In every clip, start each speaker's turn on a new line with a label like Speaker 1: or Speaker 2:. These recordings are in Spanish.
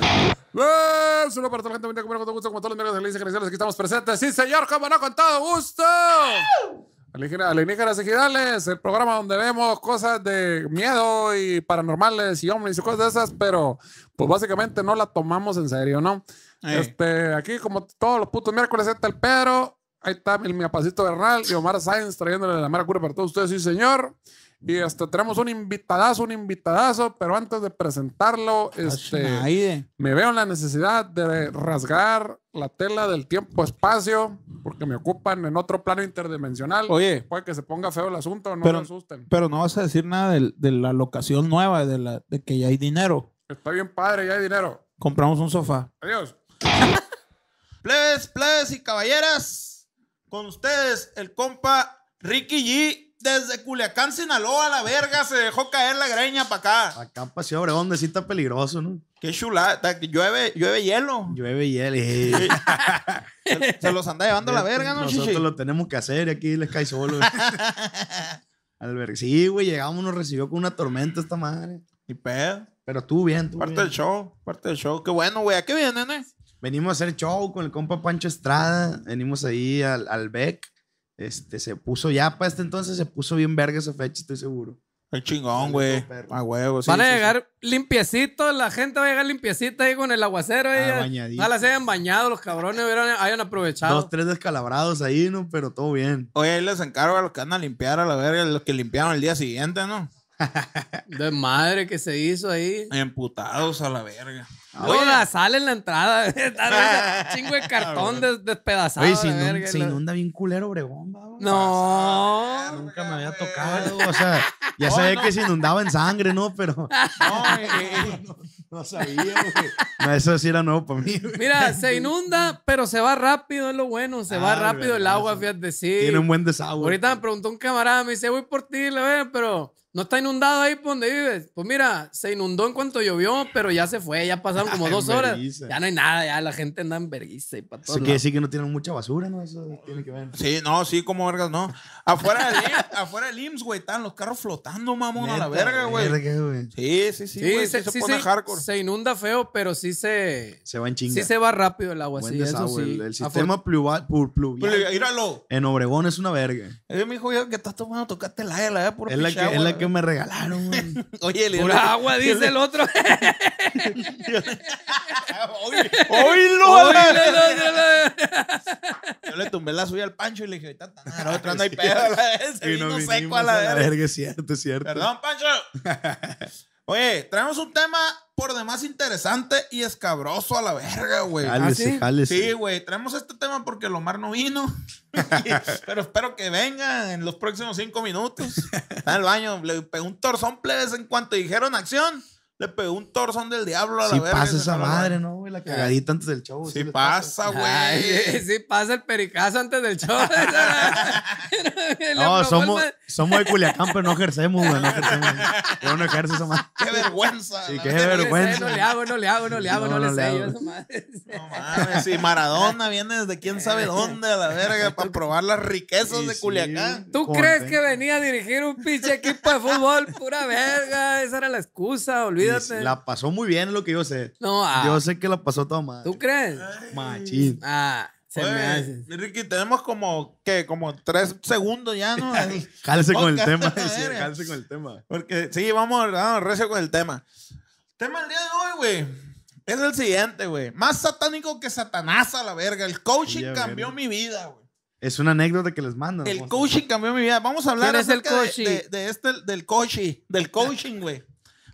Speaker 1: ¡Eh! Solo para toda la gente bonita, como no, con todo gusto, como todos los miembros de la Iglesia General, aquí estamos presentes. ¡Sí, señor! ¡Cómo no, con todo gusto! Alienígena- Alienígenas Ejidales, el programa donde vemos cosas de miedo y paranormales y hombres y cosas de esas, pero pues básicamente no la tomamos en serio, ¿no?
Speaker 2: Eh.
Speaker 1: Este, aquí como todos los putos miércoles está el Pedro, ahí está el miapacito Bernal y Omar Sáenz trayéndole la mera cura para todos ustedes, sí señor. Y este, tenemos un invitadazo, un invitadazo, pero antes de presentarlo, este...
Speaker 2: Schneide.
Speaker 1: Me veo en la necesidad de rasgar la tela del tiempo-espacio porque me ocupan en otro plano interdimensional.
Speaker 2: Oye.
Speaker 1: Puede que se ponga feo el asunto, no
Speaker 2: Pero-
Speaker 1: me asusten.
Speaker 2: Pero no vas a decir nada del- de, la locación nueva, de, la, de que ya hay dinero.
Speaker 1: Está bien padre, ya hay dinero.
Speaker 2: Compramos un sofá.
Speaker 1: Adiós.
Speaker 2: Plebes, plebes y caballeras, con ustedes el compa Ricky G. Desde Culiacán, Sinaloa, la verga, se dejó caer la greña para acá.
Speaker 3: Acá en Paseo Obregón, de sí está peligroso, ¿no?
Speaker 2: Qué chulada, está- llueve, llueve hielo.
Speaker 3: Llueve y él. eh.
Speaker 2: Se, se los anda llevando la verga, ¿no,
Speaker 3: Nosotros
Speaker 2: chichi?
Speaker 3: lo tenemos que hacer y aquí les cae solo. Albert, sí, güey, llegamos, nos recibió con una tormenta esta madre.
Speaker 2: Ni pedo.
Speaker 3: Pero tú bien, estuvo
Speaker 2: Parte
Speaker 3: bien.
Speaker 2: del show, parte del show. Qué bueno, güey. ¿A qué vienen, eh?
Speaker 3: Venimos a hacer show con el compa Pancho Estrada. Venimos ahí al, al Beck. Este, se puso ya para este entonces, se puso bien verga esa fecha, estoy seguro.
Speaker 2: El chingón, güey.
Speaker 3: perro.
Speaker 2: A huevo, sí.
Speaker 4: Van a
Speaker 2: sí, sí.
Speaker 4: llegar limpiecitos, la gente va a llegar limpiecita ahí con el aguacero.
Speaker 3: Ah,
Speaker 4: ahí ya,
Speaker 3: bañadito.
Speaker 4: no las hayan bañado, los cabrones hubieran- hayan aprovechado.
Speaker 3: Dos, tres descalabrados ahí, ¿no? Pero todo bien.
Speaker 2: Oye, ahí les encargo a los que andan a limpiar a la verga, los que limpiaron el día siguiente, ¿no?
Speaker 4: De madre que se hizo ahí.
Speaker 2: Emputados a la verga.
Speaker 3: Ah,
Speaker 4: Luego la sal en la entrada. estar ahí, chingo de cartón des- despedazado.
Speaker 3: Ah, Oye, se,
Speaker 4: la
Speaker 3: inun-
Speaker 4: verga,
Speaker 3: se
Speaker 4: la-
Speaker 3: inunda bien culero Obregón, va, güey.
Speaker 4: No.
Speaker 3: Nunca me había tocado, o sea, ya sabía que se inundaba en sangre, ¿no? Pero
Speaker 2: eh, No sabía, güey.
Speaker 3: no, eso sí era nuevo para mí. güey.
Speaker 4: Mira, se inunda, pero se va rápido, es lo bueno. Se va
Speaker 3: Ah,
Speaker 4: rápido el
Speaker 3: verdad,
Speaker 4: agua,
Speaker 3: sí.
Speaker 4: fíjate, sí.
Speaker 3: Tiene un buen desagüe.
Speaker 4: Ahorita me preguntó un camarada, me dice, voy por ti, la verga, pero no está inundado ahí por donde vives. Pues mira, se inundó en cuanto llovió, pero ya se fue, ya pasaron como dos
Speaker 3: En
Speaker 4: horas.
Speaker 3: vergüenza.
Speaker 4: Ya no hay nada, ya la gente anda en vergüenza y para
Speaker 3: Eso quiere decir que no tienen mucha basura, ¿no? Eso tiene que ver.
Speaker 2: Sí, no, sí, como vergas, no. Afuera del, IMSS, afuera del IMSS, güey, estaban los carros flotando, mamón, a la
Speaker 3: Neta,
Speaker 2: verga, güey.
Speaker 3: verga, güey.
Speaker 2: Sí, sí, sí,
Speaker 4: Sí,
Speaker 2: güey,
Speaker 4: se,
Speaker 2: sí se
Speaker 4: sí
Speaker 2: pone
Speaker 4: se-
Speaker 2: hardcore.
Speaker 4: se inunda feo, pero sí se,
Speaker 3: Se va en chinga.
Speaker 4: sí se va rápido el agua.
Speaker 3: Buen
Speaker 4: sí, eso
Speaker 3: desagüe.
Speaker 4: sí.
Speaker 3: El, el sistema pluvial, plu- pluvial
Speaker 2: Pero, Míralo.
Speaker 3: en Obregón es una verga.
Speaker 2: Oye, mi hijo, yo que estás tomando, tocaste la aire, la verga, por
Speaker 3: Es la, que,
Speaker 2: pichagua,
Speaker 3: es la
Speaker 2: güey.
Speaker 3: que me regalaron, güey.
Speaker 2: Oye, le
Speaker 4: Afo- Pura agua, dice el otro.
Speaker 2: ¡Oílo!
Speaker 4: Oye,
Speaker 2: la-
Speaker 4: la- la- la- la-
Speaker 2: Yo le tumbé la suya al Pancho y le dije, ahorita tan caro, otra no hay pedo. a la vez, Se
Speaker 3: Y
Speaker 2: vino
Speaker 3: nos
Speaker 2: seco
Speaker 3: vinimos
Speaker 2: a la verga.
Speaker 3: verga. Es cierto, es cierto.
Speaker 2: Perdón, Pancho. Oye, traemos un tema por demás interesante y escabroso a la verga, güey.
Speaker 3: Jálese,
Speaker 4: ¿Ah, sí?
Speaker 3: jálese.
Speaker 2: Sí, güey, traemos este tema porque el Omar no vino. Pero espero que venga en los próximos cinco minutos. Está en el baño, le pegó un torzón plebes en cuanto dijeron acción. Le pegó un torzón del diablo a la
Speaker 3: Sí
Speaker 2: verga. y
Speaker 3: pasa
Speaker 2: se
Speaker 3: esa
Speaker 2: fue al
Speaker 3: madre,
Speaker 2: baño.
Speaker 3: ¿no, güey? La cagadita antes del show.
Speaker 2: Sí
Speaker 3: les Ah,
Speaker 2: pasa,
Speaker 4: Ay, sí,
Speaker 2: güey.
Speaker 4: sí, pasa el pericazo antes del show. Le
Speaker 3: No,
Speaker 4: aflojó el
Speaker 3: somos,
Speaker 4: ma-
Speaker 3: somos de Culiacán, pero no ejercemos, güey. No ejercemos. Yo no ejerzo esa madre.
Speaker 2: Qué vergüenza.
Speaker 3: Sí,
Speaker 2: la
Speaker 3: qué
Speaker 2: verga.
Speaker 4: no le sé,
Speaker 3: vergüenza.
Speaker 4: No le hago, no le hago, no le hago,
Speaker 3: No,
Speaker 4: no,
Speaker 3: no
Speaker 4: le
Speaker 3: le
Speaker 4: sé.
Speaker 3: hago.
Speaker 4: Yo esa madre.
Speaker 2: No mames, y Maradona viene desde quién sabe dónde a la verga para probar las riquezas
Speaker 3: Sí,
Speaker 2: de
Speaker 3: sí.
Speaker 2: Culiacán.
Speaker 4: ¿Tú
Speaker 3: Conte.
Speaker 4: crees que venía a dirigir un pinche equipo de fútbol? Pura verga, esa era la excusa, olvídate.
Speaker 3: La pasó muy bien, es lo que yo sé.
Speaker 4: No, ah,
Speaker 3: Yo sé que la pasó toda madre.
Speaker 4: ¿tú crees?
Speaker 3: Machín.
Speaker 4: Ah, se
Speaker 2: Oye,
Speaker 4: me hace.
Speaker 2: Ricky, tenemos como, ¿qué? Como tres segundos ya, ¿no?
Speaker 3: Jálese con el
Speaker 2: Podcast,
Speaker 3: tema.
Speaker 2: la
Speaker 3: sí,
Speaker 2: verga.
Speaker 3: Jálese con el tema.
Speaker 2: Porque sí, vamos a recio con el tema. Tema del día de hoy, güey. Es el siguiente, güey. Más satánico que Satanás a la verga. El coaching
Speaker 3: Ya,
Speaker 2: cambió
Speaker 3: verga.
Speaker 2: mi vida, güey.
Speaker 3: Es una anécdota que les mandan.
Speaker 2: El
Speaker 3: ¿no?
Speaker 2: coaching cambió mi vida. Vamos a hablar
Speaker 4: ¿Quién es el
Speaker 2: acerca de-
Speaker 4: coaching?
Speaker 2: de, de este, del coaching, del coaching, güey.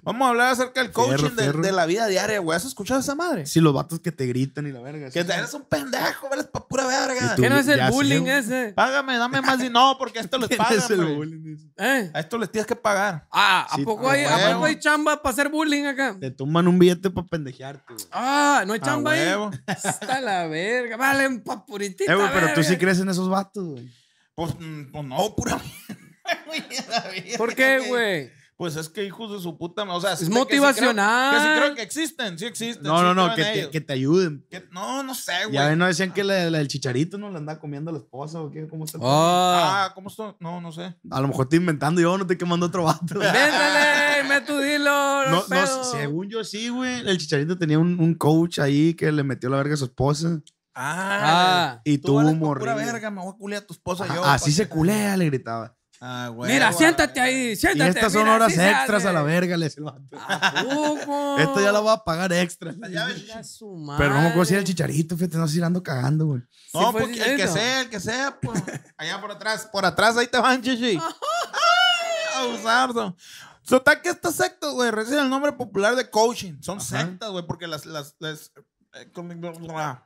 Speaker 2: Vamos a hablar acerca del coaching
Speaker 3: Fierro,
Speaker 2: de,
Speaker 3: fierro.
Speaker 2: de la vida diaria, güey. ¿Has escuchado esa madre?
Speaker 3: Sí, los vatos que te gritan y la verga.
Speaker 2: Que
Speaker 3: sí.
Speaker 2: te- eres un pendejo, vales pa' pura verga.
Speaker 3: Y tú-
Speaker 4: ¿Qué no es el
Speaker 3: Ya sé,
Speaker 4: bullying
Speaker 3: güey.
Speaker 4: ese?
Speaker 2: Págame, dame más dinero. No, porque a esto les
Speaker 3: ¿Quién
Speaker 2: pagan,
Speaker 3: es el
Speaker 2: güey.
Speaker 3: bullying? Dice.
Speaker 4: ¿Eh?
Speaker 2: A esto les tienes que pagar.
Speaker 4: Ah, ¿a
Speaker 3: Sí,
Speaker 4: poco
Speaker 3: a
Speaker 4: hay, ¿a
Speaker 2: huevo.
Speaker 4: poco hay chamba para hacer bullying acá?
Speaker 3: Te tumban un billete para pendejearte, güey.
Speaker 4: Ah, no hay
Speaker 2: A
Speaker 4: chamba ahí.
Speaker 2: huevo.
Speaker 4: Está la verga. Vale, un papuritito.
Speaker 3: Eh, güey, pero tú sí crees en esos vatos, güey.
Speaker 2: Pues, mm, pues no, pura mierda.
Speaker 4: ¿Por qué, güey?
Speaker 2: Pues es que hijos de su puta madre. O sea, sí
Speaker 4: Es
Speaker 2: que sí creo-
Speaker 4: motivacional.
Speaker 2: Que sí creo que existen, sí existen.
Speaker 3: No,
Speaker 2: sí
Speaker 3: no, no,
Speaker 2: creo
Speaker 3: que
Speaker 2: en
Speaker 3: te, Eh,
Speaker 2: ellos.
Speaker 3: que te ayuden.
Speaker 2: Que- No, no sé,
Speaker 3: Ya
Speaker 2: güey.
Speaker 3: ven, no decían que la, la del chicharito no la andaba comiendo a la esposa o qué, cómo está. el
Speaker 4: Oh.
Speaker 2: Ah, ¿cómo esto? No, no sé.
Speaker 3: A lo mejor estoy inventando yo, no estoy quemando otro vato. güey.
Speaker 4: Véndale, me tu dilo.
Speaker 3: No,
Speaker 4: No,
Speaker 3: no,
Speaker 4: pedo.
Speaker 3: según yo sí, güey. El chicharito tenía un, un coach ahí que le metió la verga a su esposa
Speaker 4: Ah.
Speaker 3: y
Speaker 2: tú
Speaker 3: tuvo
Speaker 2: vales
Speaker 3: un
Speaker 2: pa' pura
Speaker 3: morrillo.
Speaker 2: verga, me voy a culiar a tu esposa
Speaker 3: Ajá,
Speaker 2: yo. pues.
Speaker 3: así se culea, le gritaba.
Speaker 2: Ah, güey.
Speaker 4: Mira,
Speaker 2: güey.
Speaker 4: siéntate ahí,
Speaker 3: Y
Speaker 4: siéntate.
Speaker 3: estas son
Speaker 4: mira,
Speaker 3: horas
Speaker 4: así se
Speaker 3: extras
Speaker 4: hace.
Speaker 3: a la verga, le decía el vato.
Speaker 4: ¿A poco?
Speaker 3: Esto ya la voy a pagar extra.
Speaker 2: Ah, Pues Ya ves,
Speaker 4: Chinga su
Speaker 3: Pero no me acuerdo si
Speaker 4: madre.
Speaker 3: era el chicharito, fíjate, no sé si la ando cagando, güey.
Speaker 2: No,
Speaker 4: Sí fue
Speaker 2: porque el que
Speaker 4: eso.
Speaker 2: sea, el que sea, pues. Allá por atrás, por atrás, ahí te van, chichi. Ah, Abusardo. Total que estas sectas, güey, reciben el nombre popular de coaching. Son sectas, güey, porque las, las, las, eh, con-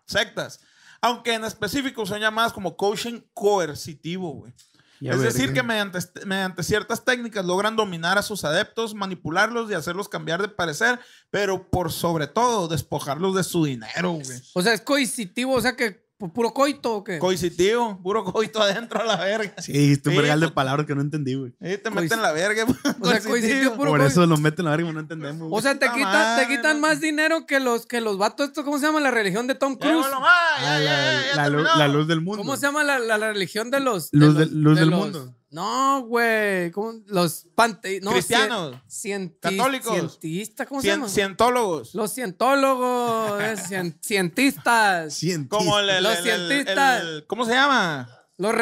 Speaker 2: sectas. Aunque en específico son llamadas como coaching coercitivo, güey.
Speaker 3: Ya
Speaker 2: es
Speaker 3: verga.
Speaker 2: decir, que mediante, est- mediante ciertas técnicas logran dominar a sus adeptos, manipularlos y hacerlos cambiar de parecer, pero por sobre todo despojarlos de su dinero, güey.
Speaker 4: O sea, es coisitivo, o sea que pu- puro coito o qué?
Speaker 2: Coisitivo, puro coito adentro a la verga.
Speaker 3: Sí, estoy
Speaker 2: Sí,
Speaker 3: un vergal de
Speaker 2: pues-
Speaker 3: palabras que no entendí, güey.
Speaker 2: Y te
Speaker 4: Cois-
Speaker 2: meten la verga.
Speaker 4: o sea,
Speaker 2: coisitivo.
Speaker 4: coisitivo, puro
Speaker 3: Por
Speaker 4: coito.
Speaker 3: eso los meten a la verga, no entendemos.
Speaker 4: O
Speaker 3: güey.
Speaker 4: sea, te
Speaker 2: Puta
Speaker 4: quitan, te
Speaker 2: madre,
Speaker 4: quitan
Speaker 2: no.
Speaker 4: más dinero que los que los vatos, esto, ¿cómo se llama la religión de Tom
Speaker 2: Ya,
Speaker 4: Cruise?
Speaker 2: bueno, va, ya,
Speaker 3: Ah,
Speaker 2: ya, ya,
Speaker 3: la, la lu-
Speaker 2: terminó.
Speaker 3: la luz del mundo.
Speaker 4: ¿Cómo se llama la, la- la religión de los
Speaker 3: Luz
Speaker 4: de
Speaker 3: del- luz del mundo.
Speaker 4: No, güey, ¿cómo? los pante no,
Speaker 2: Cristianos.
Speaker 4: cien- cienti-
Speaker 2: Católicos.
Speaker 4: cientistas, ¿cómo se
Speaker 2: Cien-
Speaker 4: llama?
Speaker 2: cientólogos.
Speaker 4: Los cientólogos, eh, cien- cientistas,
Speaker 3: Cientista.
Speaker 2: Como el, el-
Speaker 4: Los
Speaker 2: el- el-
Speaker 4: cientistas.
Speaker 2: el- ¿Cómo se llama?
Speaker 4: los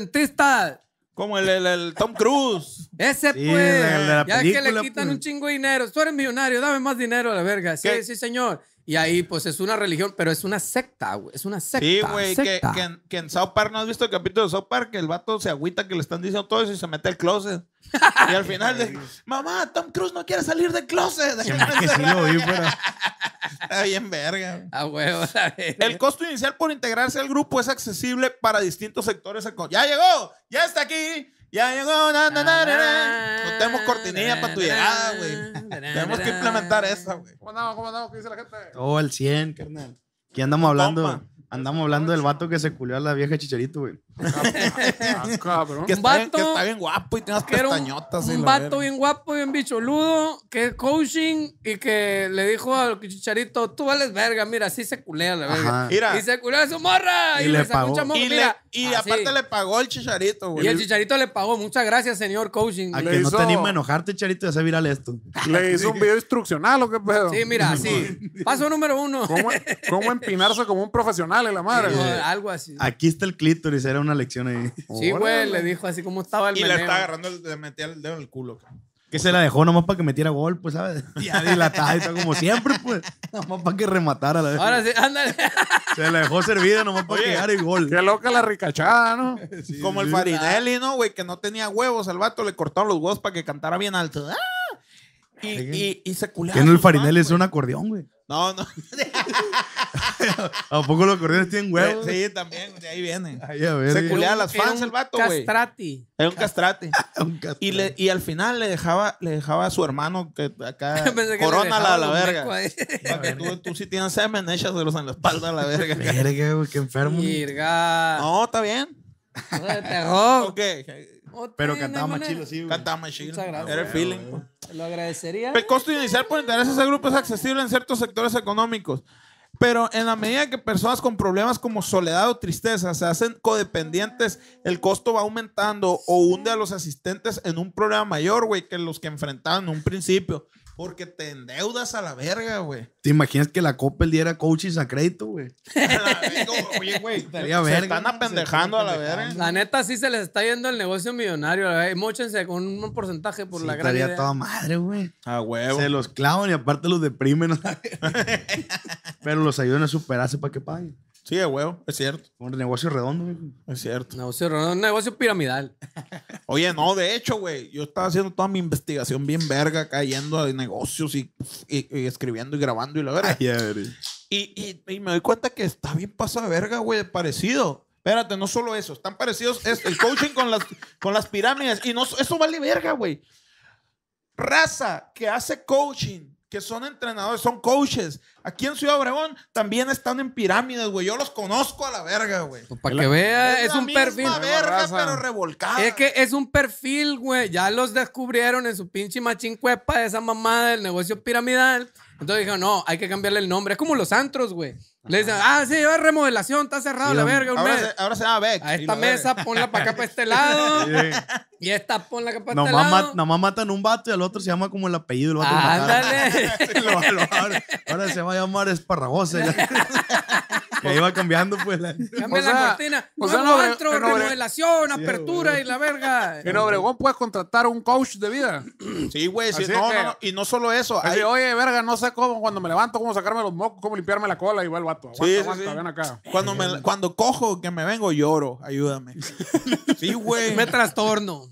Speaker 4: renacentistas.
Speaker 2: Como el, el- el Tom Cruise.
Speaker 4: Ese
Speaker 3: Sí,
Speaker 4: pues,
Speaker 3: la- la
Speaker 4: ya es que le
Speaker 3: película,
Speaker 4: quitan
Speaker 3: pues.
Speaker 4: un chingo de dinero. Tú eres millonario, dame más dinero a la verga. Sí,
Speaker 2: ¿Qué?
Speaker 4: sí, señor. Y ahí, pues, es una religión, pero es una secta, güey. Es una secta.
Speaker 2: Sí, güey, que,
Speaker 4: secta.
Speaker 2: que en, que en South Park, ¿no has visto el capítulo de South Park? Que el vato se agüita que le están diciendo todo eso y se mete al closet. Y al final, de, mamá, Tom Cruise no quiere salir del closet.
Speaker 3: Que sí lo vi, pero.
Speaker 2: Está bien verga. güey.
Speaker 4: A huevo, la verga.
Speaker 2: El costo inicial por integrarse al grupo es accesible para distintos sectores. eco- Ya llegó, ya está aquí, ya llegó. na, na, na, na, na. No tenemos cortinilla para tu llegada, güey. Tenemos que implementar esa, güey.
Speaker 1: ¿Cómo andamos? ¿Cómo andamos? ¿Qué dice la gente?
Speaker 3: Todo al 100, carnal. ¿Qué andamos hablando?
Speaker 2: Compa.
Speaker 3: Andamos hablando del vato que se culió a la vieja chicharito, güey.
Speaker 1: Ah, cabrón.
Speaker 2: Que está, bien,
Speaker 4: vato
Speaker 2: que está bien guapo y tiene unas
Speaker 4: Que era un,
Speaker 2: pestañotas. y
Speaker 4: un
Speaker 2: la
Speaker 4: vato
Speaker 2: verga.
Speaker 4: bien guapo, bien bicholudo, que es coaching y que le dijo al chicharito, tú vales verga, mira, así se culea la verga.
Speaker 3: Ajá.
Speaker 2: Mira,
Speaker 4: Y se culea a su morra
Speaker 3: Y
Speaker 4: y,
Speaker 3: le
Speaker 4: le sacó
Speaker 3: pagó.
Speaker 4: un chamorro,
Speaker 2: y, le-
Speaker 4: mira.
Speaker 2: y
Speaker 4: así.
Speaker 2: aparte le pagó el chicharito,
Speaker 4: Y
Speaker 2: güey.
Speaker 4: el chicharito le pagó, muchas gracias, señor coaching.
Speaker 3: A
Speaker 1: Le
Speaker 3: que no
Speaker 1: hizo-
Speaker 3: te anima a enojarte, charito, ya se viral esto.
Speaker 1: ¿Le hizo un video instruccional o qué pedo?
Speaker 4: Sí, mira, sí. Paso número uno.
Speaker 1: ¿Cómo, cómo empinarse como un profesional en la madre?
Speaker 4: Algo-
Speaker 1: güey?
Speaker 4: Algo así.
Speaker 3: Aquí está el clítoris, era una lección ahí.
Speaker 4: Sí, güey, le dijo así como estaba el
Speaker 2: Y le
Speaker 4: meneo.
Speaker 2: está agarrando, el- le metía el dedo en el culo. cabrón.
Speaker 3: Que se la dejó nomás para que metiera gol, pues, ¿sabes? Ya dilatada, y está como siempre, pues. Nomás para que rematara. La
Speaker 4: Ahora sí, ándale.
Speaker 3: Se la dejó servida nomás para que llegara y gol.
Speaker 1: Qué loca la ricachada, ¿no?
Speaker 2: Como el Farinelli, ¿no, güey? Que no tenía huevos. Al vato le cortaron los huevos para que cantara bien alto. ¡Ah! Y, y, y se culeaba.
Speaker 3: Que no el
Speaker 2: sus manos,
Speaker 3: farinel es
Speaker 2: güey.
Speaker 3: un acordeón, güey.
Speaker 2: No, no.
Speaker 3: ¿A poco los acordeones tienen huevos?
Speaker 2: Sí, también, de ahí viene.
Speaker 3: Ay, a ver.
Speaker 2: Se
Speaker 3: güey.
Speaker 2: culea a las
Speaker 4: Era
Speaker 2: fans
Speaker 4: un
Speaker 2: el vato, güey.
Speaker 4: Castrati.
Speaker 2: Era un castrate.
Speaker 3: Un castro.
Speaker 2: Y, le, y al final le dejaba, le dejaba a su hermano que acá
Speaker 4: Pensé que le
Speaker 2: corona
Speaker 4: dejaba
Speaker 2: Ah, a la
Speaker 4: los
Speaker 2: verga.
Speaker 4: mecos ahí.
Speaker 2: Para que tú, tú sí tienes semen, échaselos en la espalda a la verga.
Speaker 3: Verga, güey, qué enfermo.
Speaker 4: Mirga.
Speaker 2: no, está bien.
Speaker 4: Te robo.
Speaker 2: Ok.
Speaker 3: Pero cantaba más chilo,
Speaker 4: chilo
Speaker 3: sí, güey.
Speaker 2: Cantaba chido.
Speaker 4: Muchas gracias.
Speaker 2: Era el feeling. pues.
Speaker 4: Lo agradecería.
Speaker 2: El costo inicial por intereses a grupos es accesible en ciertos sectores económicos. Pero en la medida que personas con problemas como soledad o tristeza se hacen codependientes, el costo va aumentando o hunde a los asistentes en un problema mayor, güey, que los que enfrentaban en un principio. Porque te endeudas a la verga, güey.
Speaker 3: ¿Te imaginas que la Coppel diera coaches a crédito, güey?
Speaker 2: A la verga, Oye, güey.
Speaker 3: Estaría
Speaker 2: Se
Speaker 3: verga,
Speaker 2: están
Speaker 3: ¿no? Se
Speaker 2: apendejando a
Speaker 3: están
Speaker 2: la verga.
Speaker 4: La neta sí se les está yendo el negocio millonario. la verdad. Móchense con un porcentaje por
Speaker 3: Sí,
Speaker 4: la gran
Speaker 3: estaría
Speaker 4: idea.
Speaker 3: toda madre, güey.
Speaker 2: A huevo.
Speaker 3: Se los clavan y aparte los deprimen. ¿no? Pero los ayudan a superarse para que paguen.
Speaker 2: Sí, de huevo, es cierto,
Speaker 3: Un negocio redondo, güey.
Speaker 2: es cierto.
Speaker 4: Negocio, un negocio piramidal.
Speaker 2: Oye, no, de hecho, güey, yo estaba haciendo toda mi investigación bien verga, cayendo a negocios y, y- y escribiendo y grabando y la verga. Y, y- y me doy cuenta que está bien paso de verga, güey, de parecido. Espérate, no solo eso, están parecidos es el coaching con las, con las pirámides. Y no, eso vale verga, güey. Raza que hace coaching, que son entrenadores, son coaches. Aquí en Ciudad Obregón también están en pirámides, güey. Yo los conozco a la verga, güey.
Speaker 4: Pues, para que vea, es,
Speaker 2: la
Speaker 4: un
Speaker 2: misma
Speaker 4: perfil.
Speaker 2: verga,
Speaker 1: Raza.
Speaker 2: pero revolcada.
Speaker 4: Es que es un perfil, güey. Ya los descubrieron en su pinche machincuepa de esa mamada del negocio piramidal. Entonces dijeron, no, hay que cambiarle el nombre. Es como los antros, güey. Le dicen, ah, sí, es remodelación, está cerrado la verga. Un
Speaker 2: ahora,
Speaker 4: mes.
Speaker 2: se, ahora se llama Beck.
Speaker 4: A
Speaker 2: y
Speaker 4: esta
Speaker 2: la verga.
Speaker 4: mesa ponla para acá para este lado. y esta ponla acá para este
Speaker 3: Nomás,
Speaker 4: lado.
Speaker 3: mat- nomás matan un vato y al otro se llama como el apellido del vato. que mataron.
Speaker 4: Ándale.
Speaker 3: Lo- lo abre. ahora se va a llamar Esparragosa. ya. que iba cambiando, pues. la-
Speaker 4: Cambia
Speaker 1: O
Speaker 4: la
Speaker 1: sea,
Speaker 4: cortina.
Speaker 1: o
Speaker 4: Nuevo
Speaker 1: sea, no, eh.
Speaker 4: antro,
Speaker 1: en Obre-
Speaker 4: remodelación, apertura y la verga.
Speaker 1: En Obregón puedes contratar un coach de vida.
Speaker 2: Sí, güey. sí,
Speaker 1: Así
Speaker 2: no,
Speaker 1: es que-
Speaker 2: no, no, Y no solo eso.
Speaker 1: Así,
Speaker 2: hay-
Speaker 1: oye, verga, no sé cómo, cuando me levanto, cómo sacarme los mocos, cómo limpiarme la cola y va el vato. Aguanta,
Speaker 2: Sí, sí,
Speaker 1: aguanta,
Speaker 2: sí.
Speaker 1: ven acá.
Speaker 2: Cuando, me, cuando cojo, que me vengo, lloro. Ayúdame. Sí,
Speaker 1: eh.
Speaker 2: güey.
Speaker 4: Me trastorno.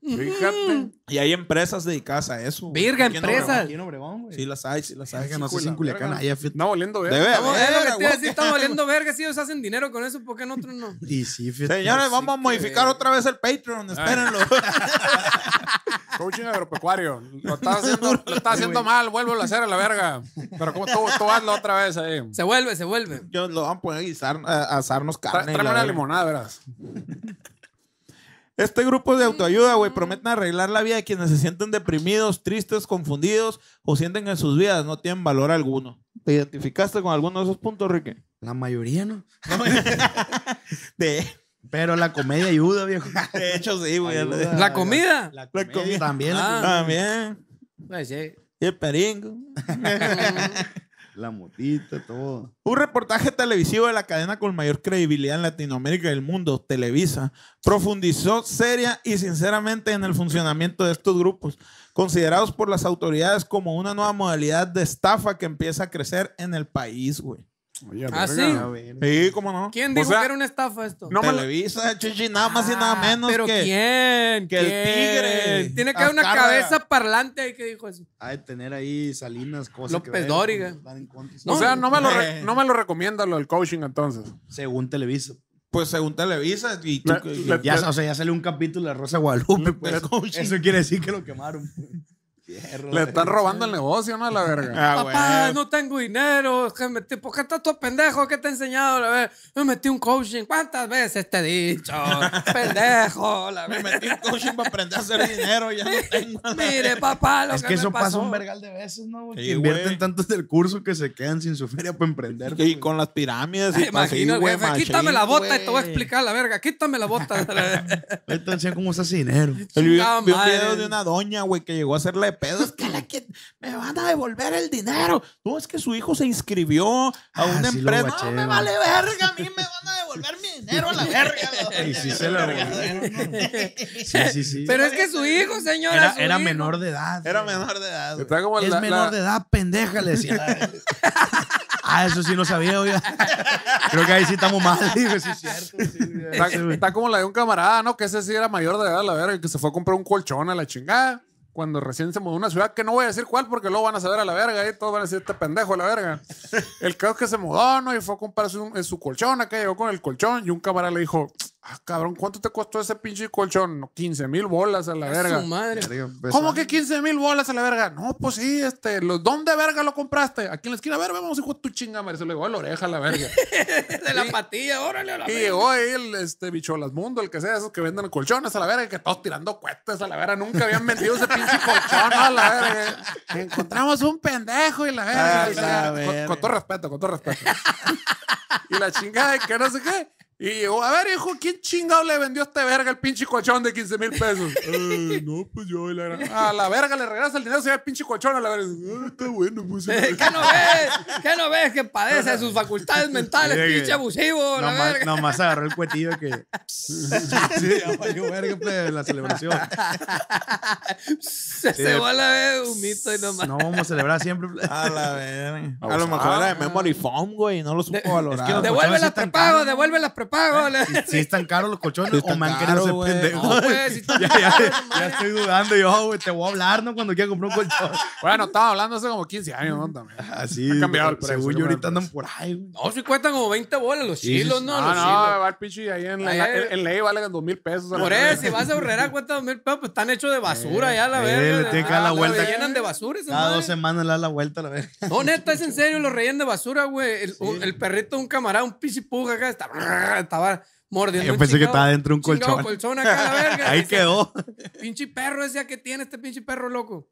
Speaker 1: Fíjate.
Speaker 2: Y hay empresas dedicadas a eso. güey.
Speaker 4: Virga,
Speaker 2: Aquí en
Speaker 4: empresas.
Speaker 2: Obregón. Sí, las hay, sí, las hay.
Speaker 3: Verga, no sé si en Culiacán
Speaker 1: verga.
Speaker 3: haya fiesta.
Speaker 1: Está volviendo, verga.
Speaker 2: Debe
Speaker 4: Estamos, es lo
Speaker 2: haber.
Speaker 4: que te iba a
Speaker 2: güey.
Speaker 4: decir, estamos valiendo verga. Si ellos hacen dinero con eso, ¿por qué nosotros no?
Speaker 3: Y sí, fiesta.
Speaker 2: Señores, vamos a modificar otra vez el Patreon. Espérenlo.
Speaker 1: Coaching agropecuario. Lo estás haciendo, lo estás haciendo mal, vuélvelo a hacer a la verga. Pero como tú, tú hazlo otra vez ahí.
Speaker 4: Se vuelve, se vuelve.
Speaker 2: Yo lo van a poner a, guisar, a asarnos
Speaker 1: Tra-
Speaker 2: carne. y la
Speaker 1: Tráeme una
Speaker 2: verga.
Speaker 1: limonada, verás.
Speaker 2: Este grupo de autoayuda, güey, prometen arreglar la vida de quienes se sienten deprimidos, tristes, confundidos o sienten que en sus vidas no tienen valor alguno. ¿Te identificaste con alguno de esos puntos, Ricky?
Speaker 3: La mayoría, ¿no?
Speaker 2: De,
Speaker 3: Pero la comedia ayuda, viejo.
Speaker 2: de hecho, sí, güey.
Speaker 3: Ayuda.
Speaker 4: ¿La comida?
Speaker 3: La
Speaker 2: comedia.
Speaker 3: También.
Speaker 4: Ah.
Speaker 2: También.
Speaker 4: Pues, sí.
Speaker 2: Y el peringo.
Speaker 3: La motita, todo.
Speaker 2: Un reportaje televisivo de la cadena con mayor credibilidad en Latinoamérica y el mundo, Televisa, profundizó seria y sinceramente en el funcionamiento de estos grupos, considerados por las autoridades como una nueva modalidad de estafa que empieza a crecer en el país, güey.
Speaker 1: Oye,
Speaker 4: Ah, sí.
Speaker 1: verga.
Speaker 2: Sí, cómo no.
Speaker 4: ¿Quién dijo
Speaker 1: sea,
Speaker 4: que era una estafa esto?
Speaker 1: no me lo-
Speaker 2: Televisa, chichi, nada más y nada
Speaker 4: Ah,
Speaker 2: menos
Speaker 4: ¿Pero
Speaker 2: que.
Speaker 4: quién?
Speaker 2: que el
Speaker 4: ¿Quién?
Speaker 2: tigre.
Speaker 4: Tiene que haber una
Speaker 2: Azcárraga.
Speaker 4: cabeza parlante ahí que dijo eso.
Speaker 3: Ha de tener ahí Salinas, cosas.
Speaker 4: López
Speaker 3: que ver,
Speaker 4: Dóriga.
Speaker 3: están en contra.
Speaker 1: O sea, no me, lo
Speaker 2: Eh.
Speaker 1: re- no me lo recomienda lo del coaching entonces.
Speaker 3: Según Televisa.
Speaker 2: Pues según Televisa, y tú
Speaker 1: La-
Speaker 2: que-
Speaker 1: la-
Speaker 3: Ya, o sea, ya salió un capítulo de Rosa de Guadalupe, pues. Eso quiere decir que lo quemaron. pues. Fierro,
Speaker 1: Le están
Speaker 3: güey.
Speaker 1: robando el negocio, ¿no? La verga.
Speaker 2: Ah,
Speaker 4: Papá,
Speaker 2: güey.
Speaker 4: no tengo dinero. déjame te- ¿Por qué estás todo pendejo? ¿Qué te he enseñado? La ver- me metí un coaching. ¿Cuántas veces te he dicho? pendejo. La
Speaker 2: Me
Speaker 4: ver-
Speaker 2: metí en coaching para aprender a hacer dinero, ya no tengo.
Speaker 4: Mire, papá, lo
Speaker 3: Es que eso
Speaker 4: me
Speaker 3: pasa
Speaker 4: pasó.
Speaker 3: un vergal de veces, ¿no? güey?
Speaker 2: Sí,
Speaker 3: que invierten
Speaker 2: güey.
Speaker 3: tantos del curso que se quedan sin su feria para emprender.
Speaker 2: Y
Speaker 3: güey.
Speaker 2: con las pirámides y
Speaker 4: Te Imagino,
Speaker 2: así,
Speaker 4: el jefe,
Speaker 2: machín,
Speaker 4: quítame la bota y
Speaker 2: güey.
Speaker 4: te voy a explicar la verga. Quítame la bota.
Speaker 3: Entonces, ¿cómo se hace dinero?
Speaker 2: Yo vi,
Speaker 4: Chingada
Speaker 2: vi un
Speaker 4: madre.
Speaker 2: video de una doña, güey, que llegó a hacerle de pedo. Es que, la que me van a devolver el dinero. No, es que su hijo se inscribió a
Speaker 3: Ah,
Speaker 2: una
Speaker 3: sí lo
Speaker 2: empresa.
Speaker 3: guaché,
Speaker 2: no, me
Speaker 3: güey.
Speaker 2: vale verga. A mí me van a devolver mi dinero a la verga. la doña.
Speaker 3: Y sí se la devolvieron, ¿no? Sí, sí, sí.
Speaker 4: Pero es que su hijo, señora.
Speaker 3: era,
Speaker 4: su
Speaker 3: era
Speaker 4: hijo.
Speaker 3: menor de edad.
Speaker 2: Era
Speaker 3: güey.
Speaker 2: menor de edad. eh. güey.
Speaker 1: Está como
Speaker 3: Es
Speaker 1: la-
Speaker 3: menor
Speaker 1: la-
Speaker 3: de edad, pendeja, le decía. ah, eso sí no sabía, oiga. Creo que ahí sí estamos mal, digo, sí es cierto.
Speaker 1: Está, está como la de un camarada, ¿no? Que ese sí era mayor de edad, la verga, que se fue a comprar un colchón a la chingada. Cuando recién se mudó a una ciudad, que no voy a decir cuál, porque luego van a saber a la verga, y todos van a decir este pendejo a la verga. El caso es que se mudó, ¿no? Y fue a comprar su, eh, su colchón, acá llegó con el colchón, y un camarada le dijo, ah, cabrón, ¿cuánto te costó ese pinche colchón? "No, 15 mil bolas a la verga.
Speaker 4: Su madre.
Speaker 3: pues, ah.
Speaker 1: ¿Cómo que 15 mil bolas a la verga? No, pues sí, este, ¿lo- ¿dónde verga lo compraste? Aquí en la esquina, a ver, vamos, hijo de tu chinga, madre. Se le llegó a la oreja a la verga.
Speaker 4: De la patilla, órale a la
Speaker 1: Y
Speaker 4: verga.
Speaker 1: llegó ahí el este, bicholas mundo, el que sea, esos que venden colchones a la verga, que todos tirando cuetas a la verga. Nunca habían vendido ese pinche colchón a la verga. Encontramos un pendejo y la verga.
Speaker 2: A
Speaker 1: y la-
Speaker 2: la
Speaker 1: con-
Speaker 2: verga.
Speaker 1: Con, todo respeto, con todo respeto. y la chingada de que no sé qué. Y llegó, a ver, hijo, ¿quién chingado le vendió a este verga el pinche colchón de 15 mil pesos? "Eh, no, pues yo, y la gran- A la verga le regresa el dinero, se da el pinche colchón a la verga. "Ah, está bueno, pues.
Speaker 4: ¿Qué no ves? ¿Qué no ves que padece de sus facultades mentales,
Speaker 3: Oye, que-
Speaker 4: pinche abusivo? la
Speaker 3: Nomás,
Speaker 4: verga?
Speaker 3: nomás agarró el cuetillo que. sí, ya valió verga, plebe, la celebración.
Speaker 4: Se cebó a la vez un mito y nomás.
Speaker 3: No vamos a celebrar siempre. plebe.
Speaker 2: A la verga. A
Speaker 5: Abusado.
Speaker 2: lo mejor era de Memory Foam, güey, y no lo supo valorar.
Speaker 3: es que los
Speaker 2: güey.
Speaker 4: Devuelve
Speaker 3: colchones
Speaker 4: las
Speaker 3: sí tan
Speaker 4: prepago,
Speaker 3: caros. Eh,
Speaker 4: devuelve las prepago. la-
Speaker 3: Si sí, están caros los colchones
Speaker 2: Sí,
Speaker 3: o
Speaker 2: están
Speaker 3: me han querido
Speaker 2: caros,
Speaker 3: hacer
Speaker 2: güey.
Speaker 3: pendejo.
Speaker 4: No, pues, sí están
Speaker 3: ya,
Speaker 4: caros,
Speaker 3: ya,
Speaker 4: madre.
Speaker 3: ya estoy dudando yo, güey. Te voy a hablar, ¿no? Cuando quiera comprar un colchón.
Speaker 1: Bueno, estaba hablando hace como 15 años, ¿no? También.
Speaker 3: Así.
Speaker 1: Ha cambiado el precio,
Speaker 3: Según
Speaker 1: no
Speaker 3: yo,
Speaker 1: me
Speaker 3: ahorita
Speaker 1: acuerdo.
Speaker 3: andan por ahí, güey.
Speaker 4: No, si cuestan como 20 bolas los
Speaker 3: Sí, Ah, sí,
Speaker 4: chilos,
Speaker 3: sí.
Speaker 4: ¿no?
Speaker 1: Ah, No, no,
Speaker 4: Los chilos.
Speaker 1: va el pinche ahí eh, en la,
Speaker 4: Ahí hay-
Speaker 1: en, en ley vale dos mil pesos.
Speaker 3: pues,
Speaker 1: a la
Speaker 4: Por
Speaker 1: verga.
Speaker 4: eso, si vas a ahorrar a cuenta dos mil pesos, pues están hechos de basura ya, la
Speaker 3: eh,
Speaker 4: verga.
Speaker 3: le tiene que dar la
Speaker 4: Los
Speaker 3: vuelta.
Speaker 4: rellenan de basura esa
Speaker 3: Cada
Speaker 4: madre.
Speaker 3: dos semanas le da la vuelta a la verga.
Speaker 4: No, neta, es en serio, los rellenan de basura, güey. El, un- el perrito de un camarada, un pichipuja acá, estaba, estaba mordiendo.
Speaker 3: Yo
Speaker 4: un
Speaker 3: pensé que
Speaker 4: chingado-
Speaker 3: estaba dentro de un
Speaker 4: chingado
Speaker 3: colchón.
Speaker 4: colchón acá, la verga.
Speaker 3: Ahí
Speaker 4: Dice,
Speaker 3: quedó.
Speaker 4: Pinche perro decía que tiene este pinche perro loco.